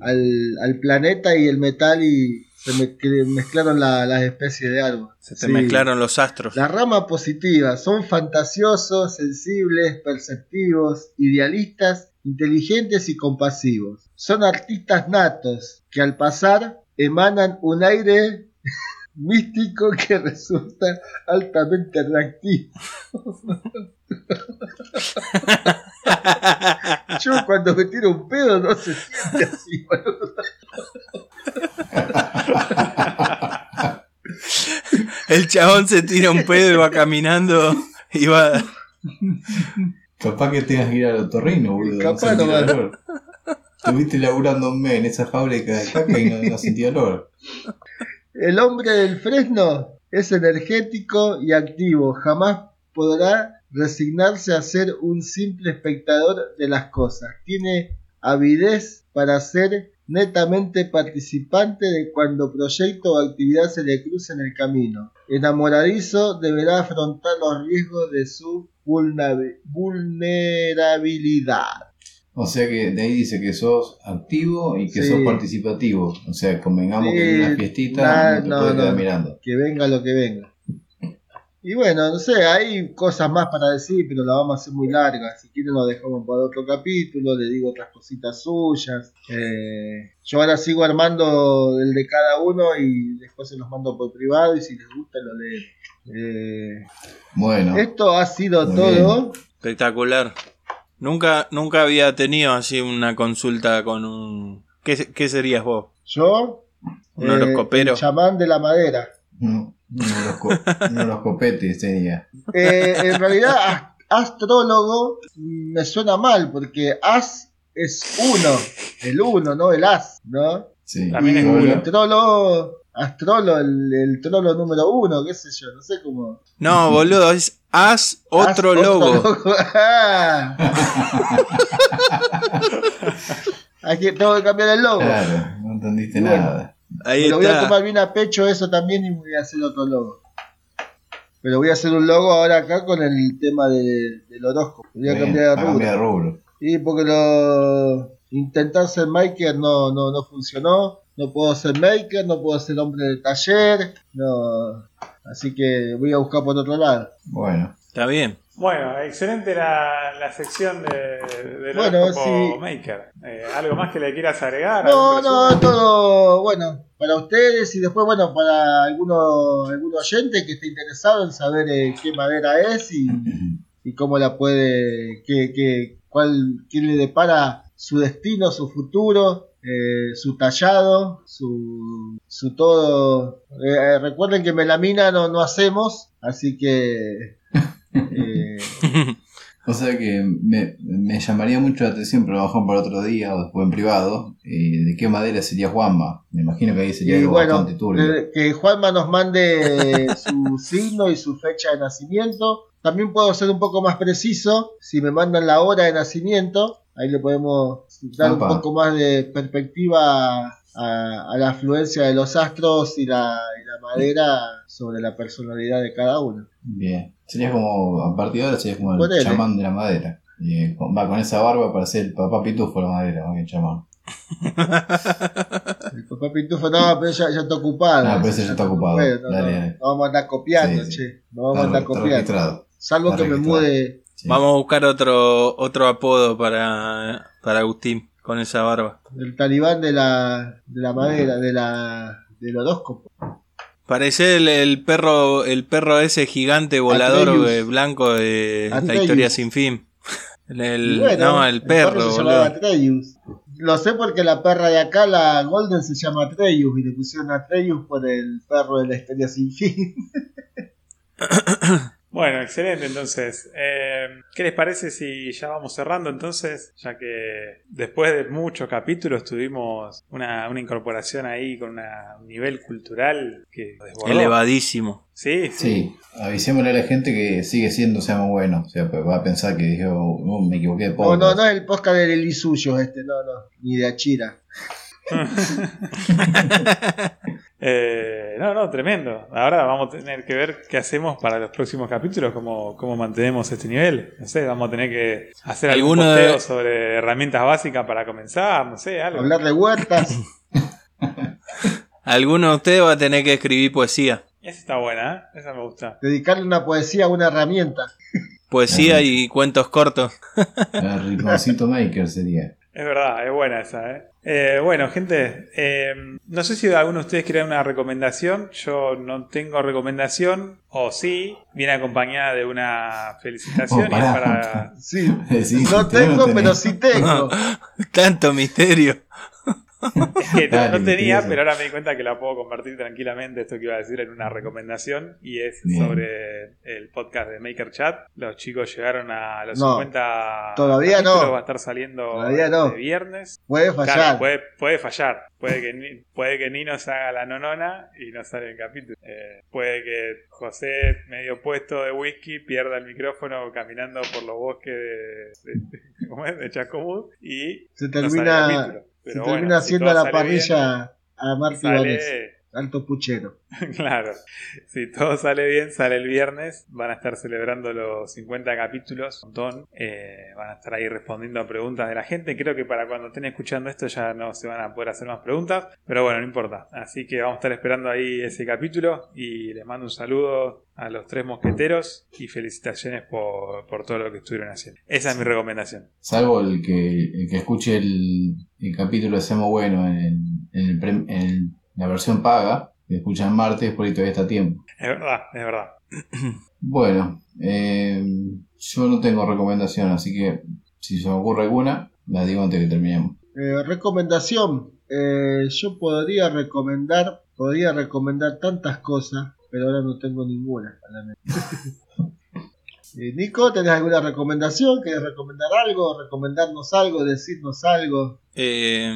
Speaker 3: al, al planeta y el metal y se me que- mezclaron la- las especies de árboles.
Speaker 1: Se te
Speaker 3: Sí.
Speaker 1: mezclaron los astros.
Speaker 3: La rama positiva, son fantasiosos, sensibles, perceptivos, idealistas, inteligentes y compasivos. Son artistas natos que al pasar emanan un aire místico que resulta altamente atractivo. Yo cuando me tiro un pedo no se siente así, boludo.
Speaker 1: El chabón se tira un pedo y va caminando. Y va.
Speaker 2: Capaz que tengas que ir al otorrino, boludo.
Speaker 3: Capaz
Speaker 2: no sentí
Speaker 3: no va.
Speaker 2: dolor. Estuviste laburando un mes en esa fábrica de caca y no, no sentí dolor.
Speaker 3: El hombre del fresno es energético y activo. Jamás podrá resignarse a ser un simple espectador de las cosas. Tiene avidez para ser netamente participante de cuando proyecto o actividad se le cruce en el camino. Enamoradizo deberá afrontar los riesgos de su vulna- vulnerabilidad.
Speaker 2: O sea que de ahí dice que sos activo y que
Speaker 3: Sí.
Speaker 2: sos participativo. O sea, convengamos que en una
Speaker 3: Sí,
Speaker 2: fiestita
Speaker 3: nah,
Speaker 2: no te
Speaker 3: no,
Speaker 2: puedes
Speaker 3: no.
Speaker 2: quedar mirando.
Speaker 3: Que venga lo que venga. Y bueno, no sé, hay cosas más para decir, pero la vamos a hacer muy larga. Si quieren lo dejamos para otro capítulo, le digo otras cositas suyas. Eh, yo ahora sigo armando el de cada uno y después se los mando por privado y si les gusta lo leen. Eh,
Speaker 2: Bueno,
Speaker 3: Esto ha sido
Speaker 2: Muy
Speaker 3: todo.
Speaker 1: Espectacular. Nunca, nunca había tenido así una consulta con un. ¿Qué, se- qué serías vos?
Speaker 3: Yo, eh,
Speaker 1: Un horoscopero.
Speaker 3: el chamán de la madera.
Speaker 2: uno de los, co- uno de los copetes tenía.
Speaker 3: Eh, en realidad, as- astrólogo mm, me suena mal porque as es uno, el uno, no el as, ¿no?
Speaker 2: Sí.
Speaker 4: También es
Speaker 3: Y
Speaker 4: culo.
Speaker 2: Hola.
Speaker 3: el trolo, astrolo, el, el trolo número uno, qué sé yo, no sé cómo.
Speaker 1: No, boludo, es haz otro
Speaker 3: As-
Speaker 1: logo.
Speaker 3: Hay que, tengo que cambiar el logo.
Speaker 2: Claro, no entendiste
Speaker 3: Bueno.
Speaker 2: nada.
Speaker 1: Ahí
Speaker 3: Me lo voy a
Speaker 1: está.
Speaker 3: tomar bien a pecho eso también y voy a hacer otro logo. Pero voy a hacer un logo ahora acá con el tema de- del horóscopo. Voy a
Speaker 2: Bien, va
Speaker 3: cambiar de
Speaker 2: a
Speaker 3: rubro.
Speaker 2: cambiar de rubro.
Speaker 3: Y porque lo intentar ser maker no, no, no funcionó. No puedo ser maker, no puedo ser hombre de taller. No. Así que voy a buscar por otro lado.
Speaker 2: Bueno,
Speaker 1: Está bien.
Speaker 4: Bueno, excelente la, la sección de, del
Speaker 3: Bueno,
Speaker 4: horóscopo
Speaker 3: sí.
Speaker 4: Maker. Eh, ¿Algo más que le quieras agregar?
Speaker 3: No,
Speaker 4: ¿Algún resumen?
Speaker 3: no, todo bueno para ustedes y después, bueno, para alguno, algún oyente que esté interesado en saber eh, qué madera es y, y cómo la puede, qué, qué, cuál, quién le depara su destino, su futuro, eh, su tallado, su, su todo. Eh, recuerden que melamina no, no hacemos, así que. eh,
Speaker 2: o sea que me, me llamaría mucho la atención, pero a lo mejor para otro día o después en privado, eh, de qué madera sería Juanma. Me imagino que ahí sería
Speaker 3: Y
Speaker 2: algo
Speaker 3: bueno,
Speaker 2: bastante turbio.
Speaker 3: eh, que Juanma nos mande eh, su signo y su fecha de nacimiento. También puedo ser un poco más preciso si me mandan la hora de nacimiento. Ahí le podemos dar
Speaker 2: Apa.
Speaker 3: un poco más de perspectiva a, a la afluencia de los astros y la, y la madera sobre la personalidad de cada uno.
Speaker 2: Bien. Sería como, a partir de ahora, sería como el
Speaker 3: Ponele.
Speaker 2: chamán de la madera. Y, eh, con- va con esa barba para ser el papá pitufo de la madera, más que el chamán.
Speaker 3: El papá Pitufo, no, pero ya, ya está ocupado.
Speaker 2: Ah, pero ese ya está
Speaker 3: no
Speaker 2: ocupado.
Speaker 3: puedo, no,
Speaker 2: Dale,
Speaker 3: no.
Speaker 2: dale.
Speaker 3: No vamos a andar copiando,
Speaker 2: Sí, sí.
Speaker 3: che. No vamos a
Speaker 2: Está re-
Speaker 3: andar
Speaker 2: está
Speaker 3: copiando.
Speaker 2: registrado.
Speaker 3: Salvo
Speaker 2: Está
Speaker 3: que me
Speaker 2: registrado.
Speaker 3: mude.
Speaker 2: Sí.
Speaker 1: Vamos a buscar otro, otro apodo para, para Agustín con esa barba.
Speaker 3: El talibán de la, de la madera, de la, del horóscopo.
Speaker 1: Parece el, el perro el perro ese gigante volador
Speaker 3: Atreus.
Speaker 1: eh, blanco de la
Speaker 3: Atreus.
Speaker 1: historia sin fin. El, el-
Speaker 3: Y bueno,
Speaker 1: no, el perro,
Speaker 3: se
Speaker 1: boludo.
Speaker 3: llamaba Atreus. Lo sé porque la perra de acá, la Golden, se llama Atreus y le pusieron Atreus por el perro de la historia sin fin.
Speaker 4: Bueno, excelente entonces. Eh, ¿Qué les parece si ya vamos cerrando entonces? Ya que después de muchos capítulos tuvimos una, una incorporación ahí con una- un nivel cultural que nos desbordó.
Speaker 1: Elevadísimo.
Speaker 4: Sí, sí.
Speaker 2: Sí, avisémosle a la gente que sigue siendo Seamos Bueno. O sea, pues va a pensar que dijo, "Oh, me equivoqué de
Speaker 3: No,
Speaker 2: podcast".
Speaker 3: no, no es el podcast del Elisuyo este, no, no. Ni de Achira.
Speaker 4: Eh, no, no, tremendo. Ahora vamos a tener que ver qué hacemos para los próximos capítulos, cómo, cómo mantenemos este nivel. No sé, vamos a tener que hacer algún
Speaker 1: Alguno de-
Speaker 4: posteo sobre herramientas básicas para comenzar, no sé, algo.
Speaker 3: Hablar de huertas.
Speaker 1: Alguno de ustedes va a tener que escribir poesía.
Speaker 4: Esa está buena, ¿eh? esa me gusta.
Speaker 3: Dedicarle una poesía a una herramienta.
Speaker 1: Poesía
Speaker 2: Ah.
Speaker 1: y cuentos cortos.
Speaker 2: El rinconcito maker sería.
Speaker 4: Es verdad, es buena esa, ¿eh? Eh, bueno, gente, eh, no sé si alguno de ustedes quiere una recomendación. Yo no tengo recomendación, o sí, viene acompañada de una felicitación
Speaker 2: Oh,
Speaker 4: y es
Speaker 2: pará.
Speaker 4: para.
Speaker 3: Sí.
Speaker 2: Sí,
Speaker 3: No
Speaker 2: tenés,
Speaker 3: tengo,
Speaker 2: tenés.
Speaker 3: pero sí tengo.
Speaker 1: Tanto misterio.
Speaker 4: Es que no-
Speaker 2: Dale,
Speaker 4: no tenía,
Speaker 2: misterioso.
Speaker 4: pero ahora me di cuenta que la puedo compartir tranquilamente esto que iba a decir en una recomendación y es
Speaker 2: Bien.
Speaker 4: sobre el podcast de Maker Chat. Los chicos llegaron a los
Speaker 3: No,
Speaker 4: 50
Speaker 3: todavía no.
Speaker 4: capítulos, va a estar saliendo
Speaker 3: Todavía no.
Speaker 4: de viernes.
Speaker 3: Puede
Speaker 4: Claro,
Speaker 3: fallar.
Speaker 4: puede, puede fallar. Puede que, Ni- puede que Nino se haga la nonona y no sale el capítulo. Eh, puede que José, medio puesto de whisky, pierda el micrófono caminando por los bosques de, de- ¿cómo es? de Chacomú y
Speaker 3: se
Speaker 4: no sale el
Speaker 3: termina,
Speaker 4: capítulo.
Speaker 3: se
Speaker 4: Pero
Speaker 3: termina
Speaker 4: bueno, si
Speaker 3: haciendo
Speaker 4: todo
Speaker 3: a la
Speaker 4: sale bien,
Speaker 3: parrilla a Marty Vales,
Speaker 4: Sale,
Speaker 3: alto puchero.
Speaker 4: claro, si todo sale bien, sale el viernes. Van a estar celebrando los 50 capítulos, un montón. Eh, van a estar ahí respondiendo a preguntas de la gente. Creo que para cuando estén escuchando esto ya no se van a poder hacer más preguntas, pero bueno, no importa. Así que vamos a estar esperando ahí ese capítulo y les mando un saludo a los tres mosqueteros y felicitaciones por, por todo lo que estuvieron haciendo. Esa es mi recomendación.
Speaker 2: Salvo el que, el que escuche el, el capítulo de Seamos Bueno en, en el prem- en la versión paga, que escucha el martes, por ahí todavía está a tiempo.
Speaker 4: Es verdad, es verdad.
Speaker 2: Bueno, eh, yo no tengo recomendación, así que si se me ocurre alguna, la digo antes que terminemos.
Speaker 3: Eh, recomendación, eh, yo podría recomendar, podría recomendar tantas cosas, pero ahora no tengo ninguna. a la mente. Eh, Nico, ¿tenés alguna recomendación? ¿Querés recomendar algo? ¿Recomendarnos algo? ¿Decirnos algo?
Speaker 1: Eh,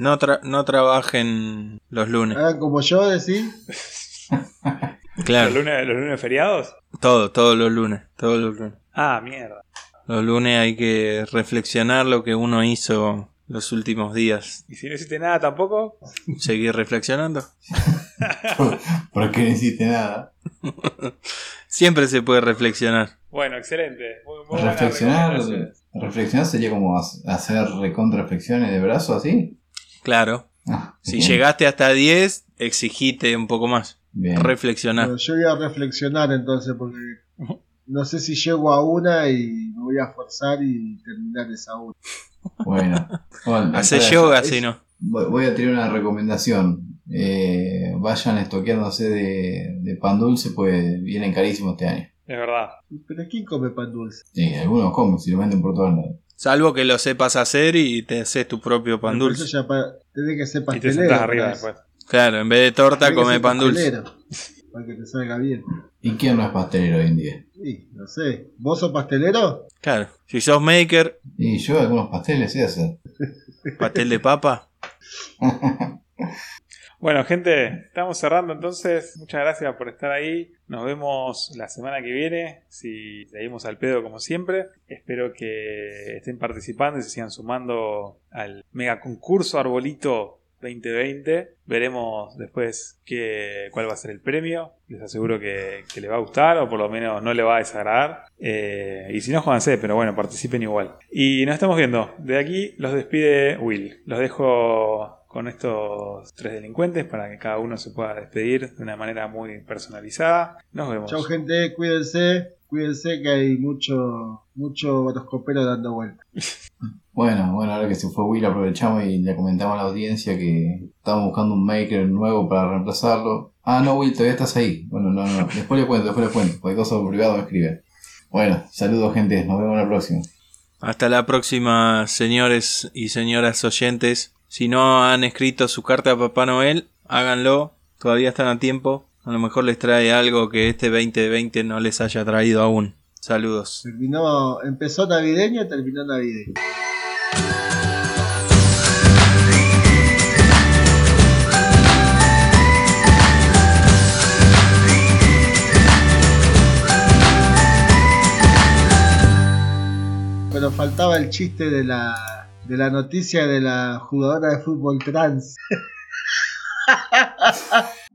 Speaker 1: no, tra- no trabajen los lunes.
Speaker 3: Hagan como yo, decir.
Speaker 1: Claro,
Speaker 4: ¿Los lunes, los lunes feriados?
Speaker 1: todo, todos los lunes. Todos los lunes.
Speaker 4: Ah, mierda.
Speaker 1: Los lunes hay que reflexionar lo que uno hizo los últimos días.
Speaker 4: ¿Y si no hiciste nada tampoco?
Speaker 1: Seguir reflexionando.
Speaker 2: Porque no hiciste nada.
Speaker 1: Siempre se puede reflexionar.
Speaker 4: Bueno, excelente. Muy, muy buenas
Speaker 2: Reflexionar,
Speaker 4: recomendaciones.
Speaker 2: reflexionar sería como ha- hacer recontraflexiones de brazo así.
Speaker 1: Claro.
Speaker 2: Ah,
Speaker 1: Si
Speaker 2: bien,
Speaker 1: llegaste hasta 10, exigite un poco más.
Speaker 2: bien.
Speaker 1: Reflexionar.
Speaker 3: Bueno, yo voy a reflexionar entonces porque no sé si llego a una y me voy a forzar y terminar esa una.
Speaker 2: Bueno, Bueno,
Speaker 1: Hacer
Speaker 2: para-
Speaker 1: yoga,
Speaker 2: es-
Speaker 1: si no.
Speaker 2: Voy voy a tirar una recomendación. Eh, vayan estoqueándose de, de pan dulce, pues vienen carísimos este año.
Speaker 4: Es verdad.
Speaker 3: ¿Pero quién come pan dulce?
Speaker 2: Sí, algunos comen, si lo venden por todos lados.
Speaker 1: Salvo que lo sepas hacer y te haces tu propio pan
Speaker 3: Pero eso
Speaker 1: dulce.
Speaker 3: ya pa- tenés que ser
Speaker 4: Y te
Speaker 3: pastelero.
Speaker 4: sentás arriba
Speaker 3: para eso.
Speaker 4: después.
Speaker 1: Claro, en vez de torta,
Speaker 3: Tenés que
Speaker 1: come
Speaker 3: ser
Speaker 1: pan dulce.
Speaker 3: pastelero, Para que te salga bien.
Speaker 2: ¿Y quién no es pastelero hoy en día?
Speaker 3: Sí, no sé. ¿Vos sos pastelero?
Speaker 1: Claro. Si sos maker,
Speaker 2: Y yo algunos pasteles sé hacer.
Speaker 1: pastel de papa.
Speaker 4: Bueno, gente, estamos cerrando entonces. Muchas gracias por estar ahí. Nos vemos la semana que viene. Si seguimos al pedo como siempre. Espero que estén participando y se sigan sumando al mega concurso arbolito 2020. Veremos después qué, cuál va a ser el premio. Les aseguro que, que les va a gustar o por lo menos no le va a desagradar. Eh, y si no, jódanse, pero bueno, participen igual. Y nos estamos viendo. De aquí los despide Will. Los dejo con estos tres delincuentes para que cada uno se pueda despedir de una manera muy personalizada. Nos vemos.
Speaker 3: Chau gente, cuídense, cuídense que hay mucho, mucho batoscopero dando vuelta.
Speaker 2: Bueno, bueno, ahora que se fue Will aprovechamos y le comentamos a la audiencia que estamos buscando un maker nuevo para reemplazarlo. Ah, no, Will, todavía estás ahí. Bueno, no, no, después le cuento, después le cuento. Cualquier cosa por privado me escribe. Bueno, saludos gente, nos vemos la próxima.
Speaker 1: Hasta la próxima, señores y señoras oyentes. Si no han escrito su carta a Papá Noel, háganlo. Todavía están a tiempo. A lo mejor les trae algo que este 2020 no les haya traído aún. Saludos.
Speaker 3: Terminó, empezó navideño y terminó navideño. Pero faltaba el chiste de la, de la noticia de la jugadora de fútbol trans.